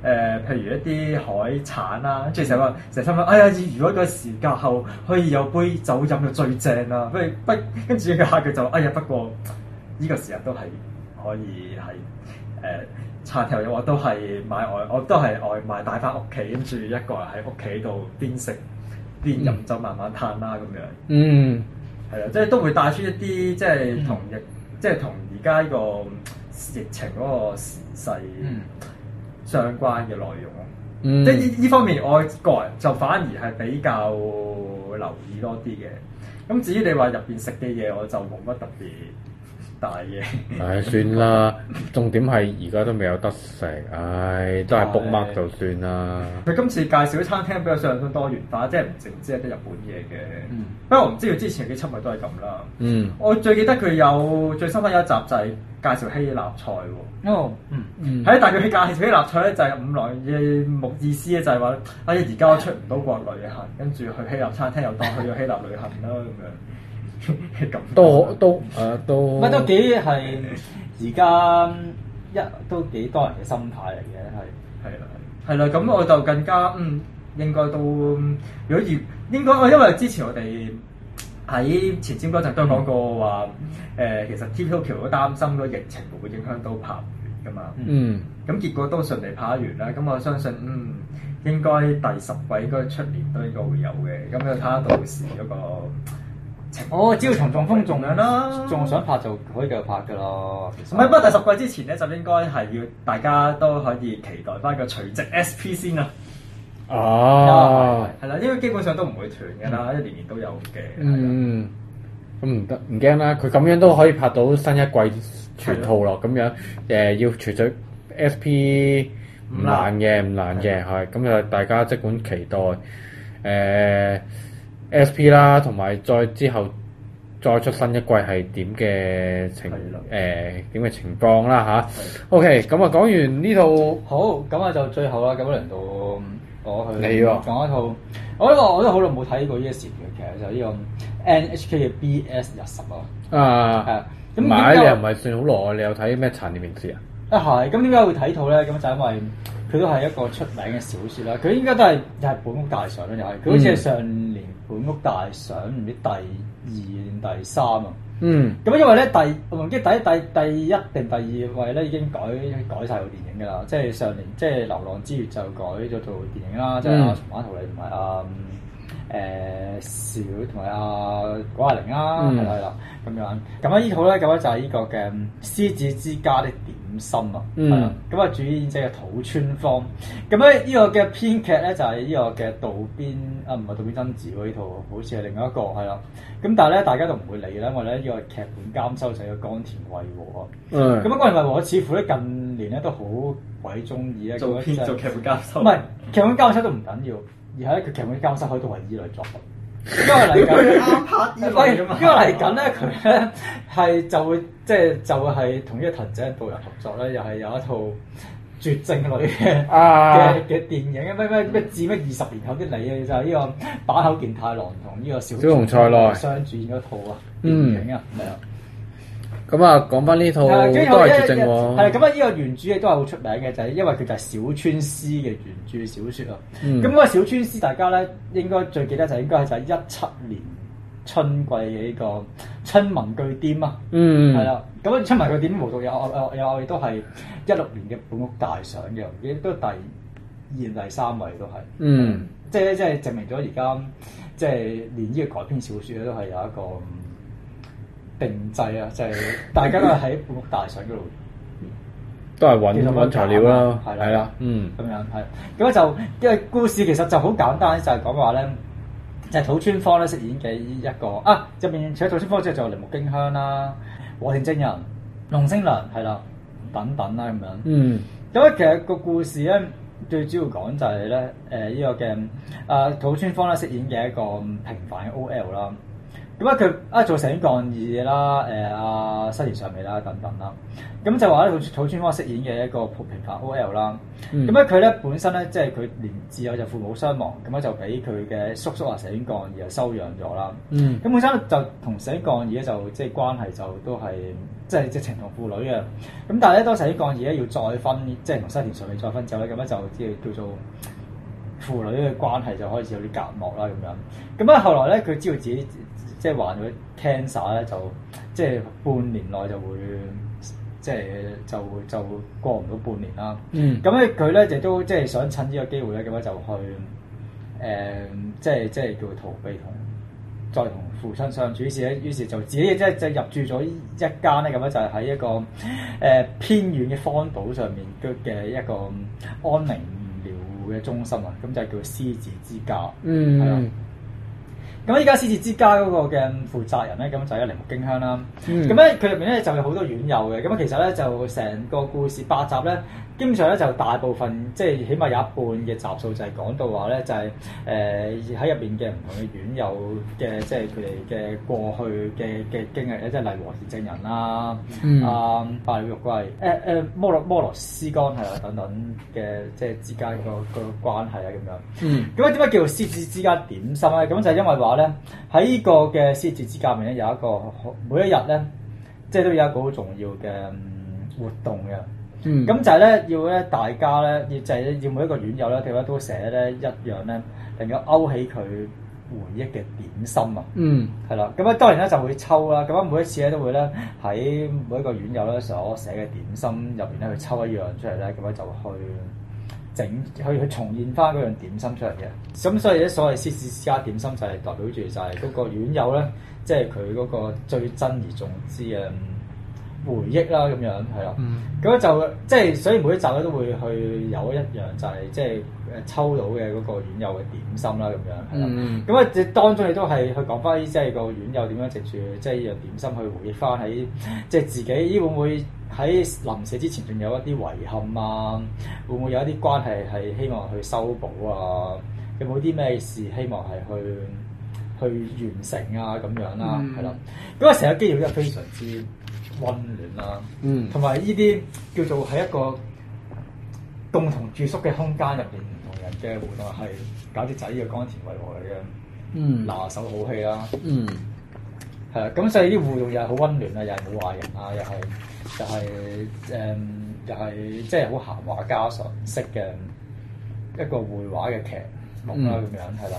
S7: 誒、譬如一啲海產啦，跟住成日話，成日心諗，哎呀，如果個時間後可以有杯酒飲就最正啦。不如不，跟住佢下佢就話，哎呀，不過呢個時間都係可以係誒、餐廳，我都係買外，我都係外賣帶翻屋企，跟住一個人喺屋企度邊食邊飲酒，慢慢嘆啦咁樣。
S5: 嗯
S7: 係啊，即係都會帶出一啲即係同日，即係同而家呢個疫情嗰個時勢
S6: 嗯
S7: 相關嘅內容咯。
S5: 嗯
S7: 即係呢呢方面，我個人就反而係比較留意多啲嘅。咁至於你話入邊食嘅嘢，我就冇乜特別大嘅。
S5: 唉，算啦，重點係而家都未有得食，唉，都係 book mark 就算啦。
S7: 佢今次介紹啲餐廳比較相當多元化，即係唔淨止係得日本嘢嘅。
S6: 嗯
S7: 不過我唔知佢之前嘅輯咪都係咁啦。
S5: 嗯，
S7: 我最記得佢有最深刻有一集就係介紹希臘菜喎。
S6: 哦，嗯，
S5: 嗯
S7: 係，但係佢介紹希臘菜咧就係五來嘅目意思咧就係話，哎而家我出唔到國旅行，跟住去希臘餐廳又當去咗希臘旅行啦咁樣， [LAUGHS] 咁
S5: 都都誒都，
S7: 哦
S6: 乜都幾係而家一都幾多人嘅心態嚟嘅，係。
S7: 係啦，係啦，咁我就更加嗯，應該都嗯如果要應該，我因為之前我哋喺前瞻嗰陣都講過話，誒、其實 TPO 橋都擔心個疫情會唔會影響到拍㗎嘛。
S5: 嗯
S7: 咁結果都順利拍完啦。咁我相信，嗯，應該第十季應該出年都應該會有嘅。咁就睇下到時嗰個情況。
S6: 哦，只要同中風仲
S7: 咁樣啦
S6: 仲想拍就可以繼續拍㗎啦。其
S7: 唔
S6: 實
S7: 係，不過第十季之前咧，就應該係要大家都可以期待翻個除夕 SP 先啦。
S5: 啊，
S7: 係啦，因為基本上都唔會斷嘅啦，
S6: 嗯
S7: 一年年都有嘅。係啦
S5: 嗯，咁唔得唔驚啦，佢咁樣都可以拍到新一季全套咯，咁樣誒要除咗 SP 唔難嘅唔難嘅係，咁就大家即管期待誒、SP 啦，同埋再之後再出新一季係點嘅情
S7: 係啦
S5: 誒點嘅情況啦吓 OK，咁啊講完呢套。
S6: 好，咁啊就最後啦，咁輪到我去
S5: 你喎
S6: 講一套，我呢個我都好耐冇睇過呢個時段劇，就呢個 NHK 嘅 BS 日十啊，係
S5: 啊
S6: 啊，
S5: 唔
S6: 咁
S5: 係
S6: 點
S5: 你
S6: 解
S5: 又唔係算好耐？你有睇咩殘念名事啊？
S6: 啊係，咁點解會睇套咧？咁就因為佢都係一個出名嘅小説啦，佢應該都係又係本屋大賞啦，又係佢好似係
S5: 嗯
S6: 上年本屋大賞唔知第二定第三啊。
S5: 嗯
S6: 咁因為咧第我唔記得第第第一定第二位咧已經改改晒個電影㗎啦，即係上年即係《流浪之月》就改咗做電影啦，即係阿
S5: 嗯
S6: 松馬圖利同埋阿誒小同埋阿古亞玲啦，
S5: 嗯
S6: 係啦係啦咁樣。咁啊呢套咧咁咧就係呢個嘅《嗯獅子之家的點心》啊，
S5: 嗯
S6: 係啦咁啊主演者嘅土村芳。咁咧呢個嘅編劇咧就係呢個嘅渡邊啊唔係渡邊真子喎呢套，好似係另外一個係啦。咁但係咧，大家都唔會理啦，因為咧呢個劇本監修就係個江田惠和啊。
S5: 嗯
S6: 咁啊，江田惠和似乎咧近年咧都好鬼中意啊咧
S7: 做編做劇本監修，
S6: 唔係劇本監修都唔緊要，而係咧佢劇本監修可以當為依
S7: [LAUGHS]
S6: 類作品，因為嚟緊。
S7: 啱拍呢
S6: 喂，
S7: 類
S6: [LAUGHS] 因
S7: 㗎嘛
S6: 為嚟緊咧，佢咧係就會即係就會係同呢個藤井道人合作咧，又係有一套絕症類嘅
S5: 啊
S6: 嘅嘅電影，咩咩咩至咩二十年後的你啊，就係、呢個坂口健太郎同呢個小
S5: 小松菜奈
S6: 相主演嗰套啊電
S5: 嗯
S6: 影啊，係啊。
S5: 咁啊，講翻呢套
S6: 係啦，
S5: 都
S6: 跟住
S5: 係絕症
S6: 係啦，
S5: 喎。
S6: 咁啊，呢個原著亦都係好出名嘅，就係因為佢就係小川絲嘅原著小説啊。
S5: 嗯
S6: 咁嗰個小川絲，大家咧應該最記得就應該係就係一七年春季嘅呢個春文巨典啊。
S5: 嗯，
S6: 係啦，咁啊春文巨典無獨有偶有有偶亦都係一六年嘅本屋大賞嘅，亦都第二、第三位都係。
S5: 嗯，
S6: 即係即係證明咗而家即係連呢個改編小説咧都係有一個嗯定制啊，就係、大家都係喺本屋大賞嗰度
S5: 都係揾
S6: 其實
S5: 揾材料啦，
S6: 係啦
S5: 係啦，嗯
S6: 咁樣係。咁啊就因為故事其實就好簡單，就係講話咧。就係土村芳咧飾演嘅一個啊，入面除咗土村芳之外，仲有鈴木京香啦、和田正人、龍星良係啦，等等啦咁樣。
S5: 嗯
S6: 咁啊咧，其實個故事咧，最主要講就係咧，誒、呢、個嘅啊、土村芳咧飾演嘅一個平凡嘅 OL 啦。咁啊，佢啊做成幹二啦，誒啊西田尚美啦等等啦。咁就話咧，土土村芳飾演嘅一個平凡 OL 啦。咁
S5: 嗯
S6: 咧，佢咧本身咧，即係佢年自幼就父母雙亡，咁咧啊就俾佢嘅叔叔啊成幹二就收養咗啦。
S5: 嗯
S6: 咁本身就同社降二咧就即係關係就都係即係即係情同父女嘅。咁但係咧，當社降二咧要再婚，即係同西田尚美再婚之後咧，咁咧就即係叫做父女嘅關係就開始有啲隔膜啦咁樣。咁咧後來咧，佢知道自己即係患咗 cancer 咧，就即係半年內就會即係就會就會過唔到半年啦。
S5: 嗯
S6: 咁咧佢咧亦都即係想趁呢個機會咧，咁樣就去誒、即係即係叫逃避同再同父親相處，於是咧，於是就自己即係就入住咗一間咧，咁樣就係喺一個誒、呃偏遠嘅荒島上面嘅嘅一個安寧療嘅中心啊，咁就叫獅子之家。係啦
S5: 嗯，
S6: 咁依家獅子之家嗰個嘅負責人咧，咁就係一鈴木京香啦。
S5: 嗯
S6: 咁咧佢入面咧就有好多院友嘅。咁其實咧就成個故事八集咧，基本上咧就大部分即係起碼有一半嘅集數就係講到話咧就係誒喺入面嘅唔同嘅院友嘅即係佢哋嘅過去嘅嘅經歷咧，即係例如和田正人啦，
S5: 嗯
S6: 啊白鳥玉圭，誒誒摩洛摩羅斯干係啊等等嘅即係之間個個關係啊咁樣。
S5: 嗯
S6: 咁啊，點解叫做獅子之家點心咧？咁就係因為話咧，喺呢個嘅獅子之家入面咧，有一個每一日咧，即係都有一個好重要嘅嗯活動嘅。
S5: 嗯，
S6: 咁就係咧，要咧大家咧，要就係咧要每一個院友咧，佢都寫咧一樣咧，能夠勾起佢回憶嘅點心啊！
S5: 嗯
S6: 係啦，咁啊當然咧就會抽啦，咁啊每一次咧都會咧喺每一個院友咧所寫嘅點心入邊咧去抽一樣出嚟咧，咁樣啊就去整去去重現翻嗰樣點心出嚟嘅。咁所以咧所謂獅子之家點心就係代表住就係嗰個院友咧，即係佢嗰個最珍而重之嘅嗯回憶啦，咁樣係啦。
S5: 嗯
S6: 咁咧就即係所以每一集咧都會去有一樣就係即係誒呃抽到嘅嗰個院友嘅點心啦，咁樣係啦。
S5: 嗯
S6: 咁啊，即係當中你都係去講翻，即係個院友點樣藉住即係呢樣點心去回憶翻喺即係自己，咦會唔會喺臨死之前仲有一啲遺憾啊？會唔會有一啲關係係希望去修補啊？有冇啲咩事希望係去去完成啊？咁樣啦、
S5: 嗯
S6: 係啦、咁啊成個基調真係非常之温暖啦、
S5: 嗯
S6: 同埋呢啲叫做喺一個共同住宿嘅空間入邊，唔同人嘅互動係搞啲仔嘅江田惠和嚟嘅。
S5: 嗯
S6: 拿手好戲啊啦，
S5: 嗯
S6: 係啦，咁所以啲互動又係好温暖啊，又係冇壞人啊，又係又係誒、又係即係好閒話家常式嘅一個繪畫嘅劇目啦，
S5: 嗯
S6: 咁、樣係啦。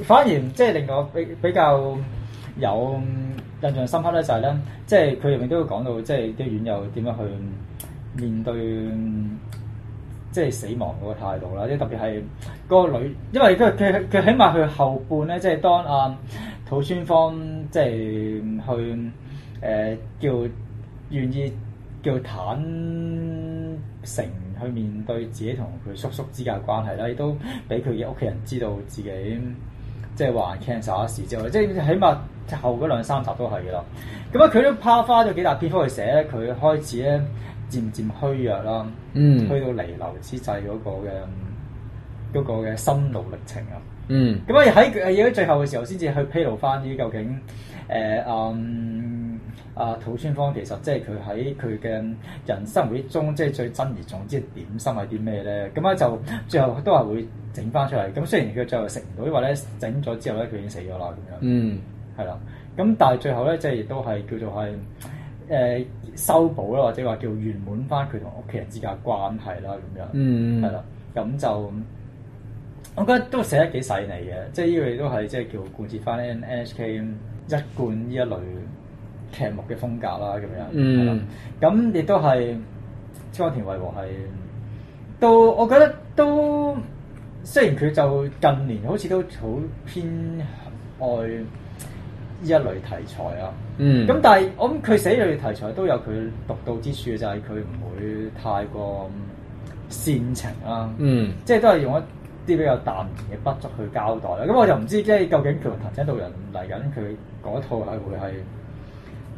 S6: 反而即係令我比比較有印象深刻咧，就係咧，即係佢入面都會講到，即係啲院友點樣去面對即係死亡嗰個態度啦，即係特別係嗰個女，因為佢佢佢起碼佢後半咧，即係當啊土村芳即係去誒、呃叫願意叫坦誠去面對自己同佢叔叔之間嘅關係啦，亦都俾佢嘅屋企人知道自己即係患 cancer 一事之後，即係起碼後嗰兩三集都係噶啦。咁啊，佢都拋花咗幾大篇幅去寫咧，佢開始咧漸漸虛弱啦。
S5: 嗯
S6: 去到離流之際嗰個嘅嗰、個嘅心路歷程啊。
S5: 嗯
S6: 咁啊喺喺到最後嘅時候，先至去披露翻啲究竟誒呃嗯啊土村芳其實即係佢喺佢嘅人生回憶中，即係最珍而重之嘅點心係啲咩咧？咁咧啊就最後都係會整翻出嚟。咁雖然佢最後食唔到，因為咧整咗之後咧佢已經死咗啦咁樣。
S5: 嗯
S6: 係啦。咁但係最後咧，即係亦都係叫做係誒、呃修補啦，或者話叫圓滿翻佢同屋企人之間嘅關係啦，咁樣。
S5: 嗯
S6: 係啦，咁就我覺得都寫得幾細膩嘅，即係呢個亦都係即係叫貫徹翻 NHK 一貫呢一類劇目嘅風格啦，咁樣。
S5: 嗯
S6: 係啦，咁亦都係江田惠和係都，我覺得都雖然佢就近年好似都好偏愛呢一類題材啊。
S5: 嗯
S6: 咁但係我諗佢寫呢類題材都有佢獨到之處，就係佢唔會太過煽情啊啦。
S5: 嗯
S6: 即係都係用一啲比較淡然嘅筆觸去交代啦。咁我就唔知即係究竟佢同藤井道人嚟緊佢嗰套係會係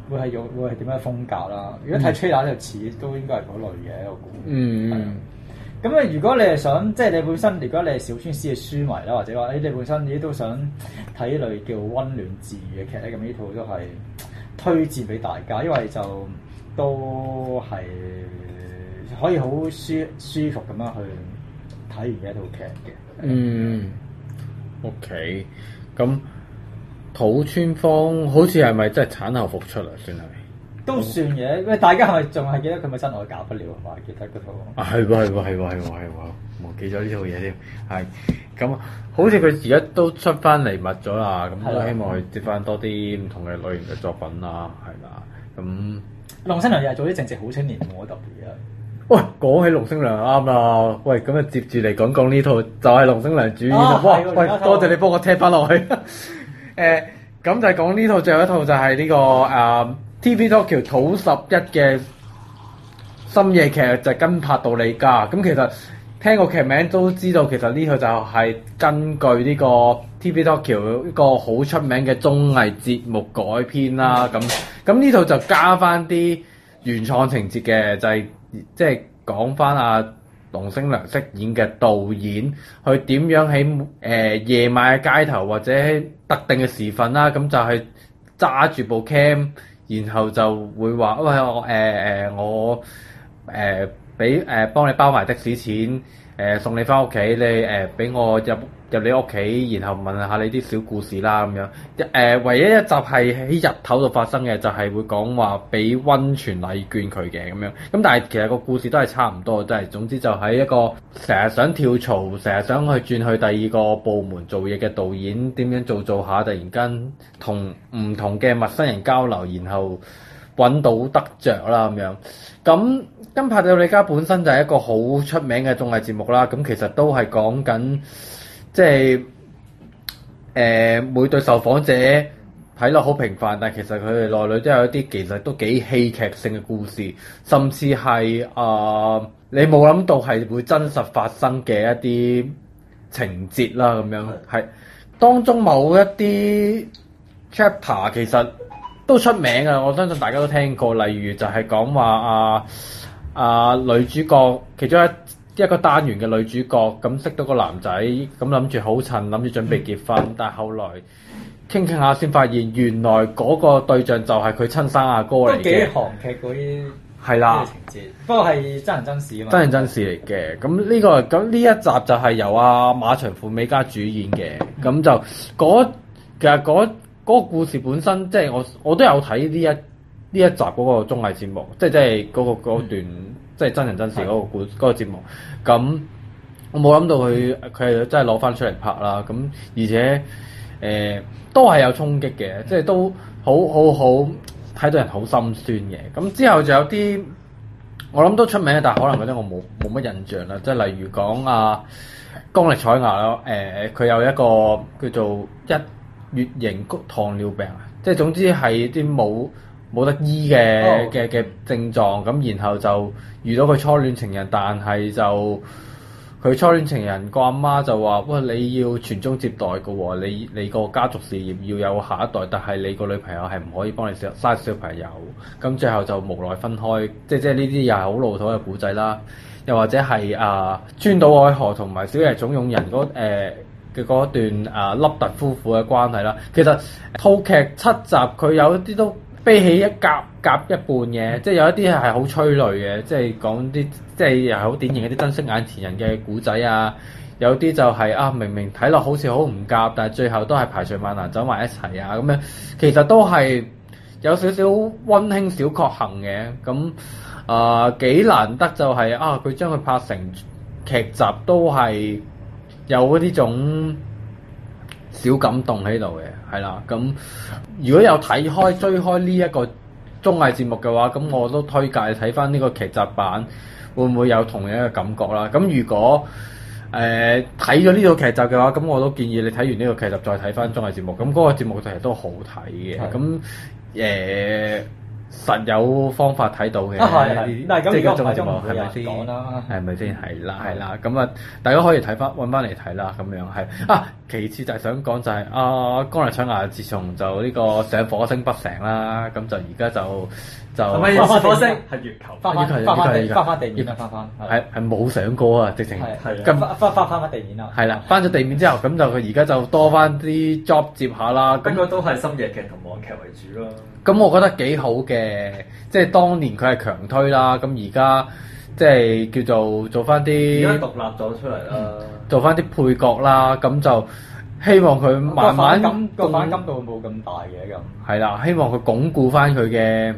S6: 會係用會係點樣嘅風格啦。如果睇 trailer 就似都應該係嗰類嘅我估。
S5: 嗯
S6: 係啊咁啊，如果你係想即係你本身，如果你係小川師嘅書迷啦，或者話誒你本身你都想睇呢類叫温暖治愈嘅劇咧，咁呢套都係推薦俾大家，因為就都係可以好舒舒服咁樣去睇完嘅一套劇嘅。
S5: 嗯，OK，咁土村芳好似係咪真係產後復出啊？算係
S6: 都算嘅，喂！大家係咪仲係記得佢咪真愛搞不了係嘛？記得嗰套
S5: 啊，係喎係喎係喎係喎係喎，忘記咗呢套嘢添。係咁，好似佢而家都出翻嚟密咗啦，咁
S6: 係
S5: 都
S6: 啦
S5: 希望佢接翻多啲唔同嘅類型嘅作品啦，係啦，咁。
S6: 龍新娘又係做啲正直好青年，冇乜特別啊。
S5: 喂，講起龍星娘啱啦，喂，咁啊接住嚟講講呢套就係龍星娘主演啦，
S6: 啊
S5: 哇，
S6: 係喎
S5: 喂
S6: 而家，睇
S5: [LAUGHS] 多謝
S6: 到
S5: 你幫我踢翻落去。誒、咁就係講呢套最後一套就係呢、個啊 TV Tokyo 土十一嘅深夜劇就係跟拍到你家。咁其實聽個劇名都知道，其實呢套就係根據呢個 TV Tokyo 一個好出名嘅綜藝節目改編啦。咁咁呢套就加翻啲原創情節嘅，就係即係講翻阿龍星良飾演嘅導演，佢點樣喺誒、呃夜晚嘅街頭或者特定嘅時分啦，咁就係揸住部 cam，然後就會話喂我誒誒、呃我誒呃俾誒幫你包埋的士錢，誒、送你翻屋企，你誒俾、我入入你屋企，然後問下你啲小故事啦咁樣。誒、唯一一集係喺日頭度發生嘅，就係、會講話俾温泉禮券佢嘅咁樣。咁但係其實個故事都係差唔多，都係總之就喺一個成日想跳槽、成日想去轉去第二個部門做嘢嘅導演，點樣做做下，突然間同唔同嘅陌生人交流，然後揾到得着啦咁樣。咁金拍到你家本身就係一個好出名嘅綜藝節目啦，咁其實都係講緊即係誒、呃每對受訪者睇落好平凡，但係其實佢哋內裏都有一啲其實都幾戲劇性嘅故事，甚至係啊、呃你冇諗到係會真實發生嘅一啲情節啦，咁樣係當中某一啲 chapter 其實都出名啊！我相信大家都聽過，例如就係講話啊啊女主角其中一一個單元嘅女主角咁識到個男仔，咁諗住好襯，諗住準備結
S6: 嗯
S5: 婚，但係後來傾傾下先發現，原來嗰個對象就係佢親生阿哥
S6: 都
S5: 嚟
S6: 幾
S5: 嘅，
S6: 韓劇嗰啲
S5: 係
S6: 啲
S5: 啦。
S6: 情節，不過係真人真事啊嘛。
S5: 真人真事嚟嘅。咁呢、個咁呢一集就係由阿、馬長富美加主演嘅。咁就嗰其實嗰嗰個故事本身，即係我我都有睇呢一呢一集嗰個綜藝節目，即係即係嗰個嗰段即係真人真事嗰個故嗰個節目。咁我冇諗到佢佢係真係攞翻出嚟拍啦。咁而且誒、呃都係有衝擊嘅，即係都好好好睇到人好心酸嘅。咁之後就有啲。我諗都出名，但係可能嗰啲我冇冇乜印象啦。即係例如講啊，江力彩牙啦，誒、佢有一個叫做一月型谷糖尿病，啊即係總之係啲冇冇得醫嘅
S6: 哦
S5: 嘅嘅症狀，咁然後就遇到佢初戀情人，但係就佢初戀情人個阿媽就話：喂，你要傳宗接代嘅喎，你你個家族事業要有下一代，但係你個女朋友係唔可以幫你生生小朋友。咁最後就無奈分開，即即係呢啲又係好老土嘅古仔啦。又或者係啊川島愛河同埋小野總勇人嗰誒嘅嗰段啊凹凸夫婦嘅關係啦。其實套劇七集佢有一啲都悲喜一夾夾一半嘅，即係有一啲係好催淚嘅，即係講啲即係又係好典型一啲珍惜眼前人嘅古仔啊。有啲就係、啊，明明睇落好似好唔夾，但係最後都係排除萬難走埋一齊啊咁樣，其實都係有少少温馨小確幸嘅，咁啊幾難得就係、啊佢將佢拍成劇集都係有呢種小感動喺度嘅，係啦，咁如果有睇開追開呢一個綜藝節目嘅話，咁我都推介睇翻呢個劇集版，會唔會有同樣嘅感覺啦？咁如果誒睇咗呢套劇集嘅話，咁我都建議你睇完呢個劇集再睇翻綜藝節目。咁嗰個節目其實都好睇嘅，
S6: 係
S5: 咁誒、實有方法睇到嘅。
S6: 啊係係嗱咁
S5: 即係
S6: 如果
S5: 個
S6: 唔係
S5: 綜藝節
S6: 就
S5: 目
S6: 唔會有
S5: 係咪
S6: 人
S5: 先？
S6: 講啦
S5: 係咪先？係啦，係啦，咁啊，大家可以睇翻揾翻嚟睇啦，咁樣係啊。其次就係想講就係、啊，江麗搶牙自從就呢個上火星不成啦，咁就而家就就
S7: 係咪
S6: 發發
S7: 火星
S6: 地
S7: 係月球？
S6: 翻翻
S5: 呢個係
S6: 翻翻
S5: 呢個
S6: 地
S5: 哦係
S6: 翻翻地面啦，翻翻
S5: 係係冇上過啊，直情
S6: 係
S7: 係啊
S5: 咁
S6: 咁翻翻翻翻翻地面啦。
S5: 係啦，翻咗地面之後，咁就佢而家就多翻啲 job 接下啦。
S7: 不
S5: 咁
S7: 過都係深夜劇同網劇為主咯。
S5: 咁我覺得幾好嘅，即係當年佢係強推啦，咁而家即係叫做做翻
S7: 而
S5: 啲
S7: 家獨立咗出嚟啦。
S5: 做翻啲配角啦，咁就希望佢慢慢
S6: 個反感個反感度冇咁大嘅咁。
S5: 係啦，希望佢鞏固翻佢嘅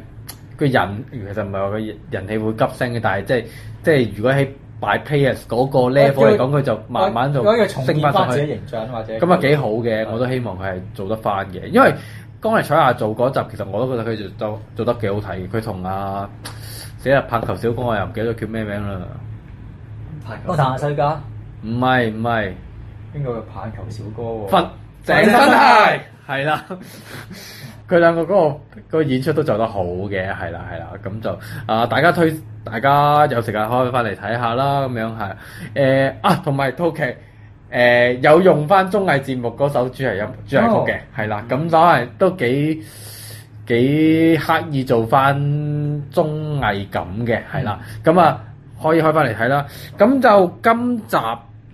S5: 個人，其實唔係話佢人氣會急升嘅，但係即係即係如果喺 by players 嗰個 level 嚟講，佢就慢慢就
S6: 嗰個重
S5: 升
S6: 建
S5: 翻
S6: 翻
S5: 上
S6: 自己
S5: 去。
S6: 形象或者
S5: 咁啊幾好嘅，我都希望佢係做得翻嘅，因為剛嚟彩下做嗰集，其實我都覺得佢做做做得幾好睇嘅。佢同阿死啦棒球小哥，我又唔記得咗叫咩名啦。
S7: 太
S6: 我彈下世家，
S5: 唔係唔係，
S6: 邊個嘅棒球小哥喎？
S5: 佛鄭新泰。係啦，佢兩個嗰、個、個演出都做得好嘅，係啦係啦，咁就啊、大家推大家有時間可以翻嚟睇下啦，咁樣係誒啊，同埋套劇。誒、有用翻綜藝節目嗰首主題音主題曲嘅，係啦、咁都係都幾幾刻意做翻綜藝感嘅，係啦，咁啊可以開翻嚟睇啦。咁就今集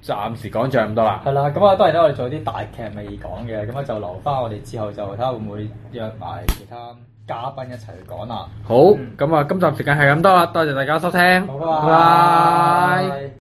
S5: 暫時講住咁多啦。
S6: 係啦，咁啊當然啦，我哋仲有啲大劇未講嘅，咁啊就留翻我哋之後就睇下會唔會約埋其他嘉賓一齊去講啦。
S5: 好，咁啊，今集時間係咁多啦，多謝大家收聽，
S6: 好，
S5: 拜拜
S6: 拜拜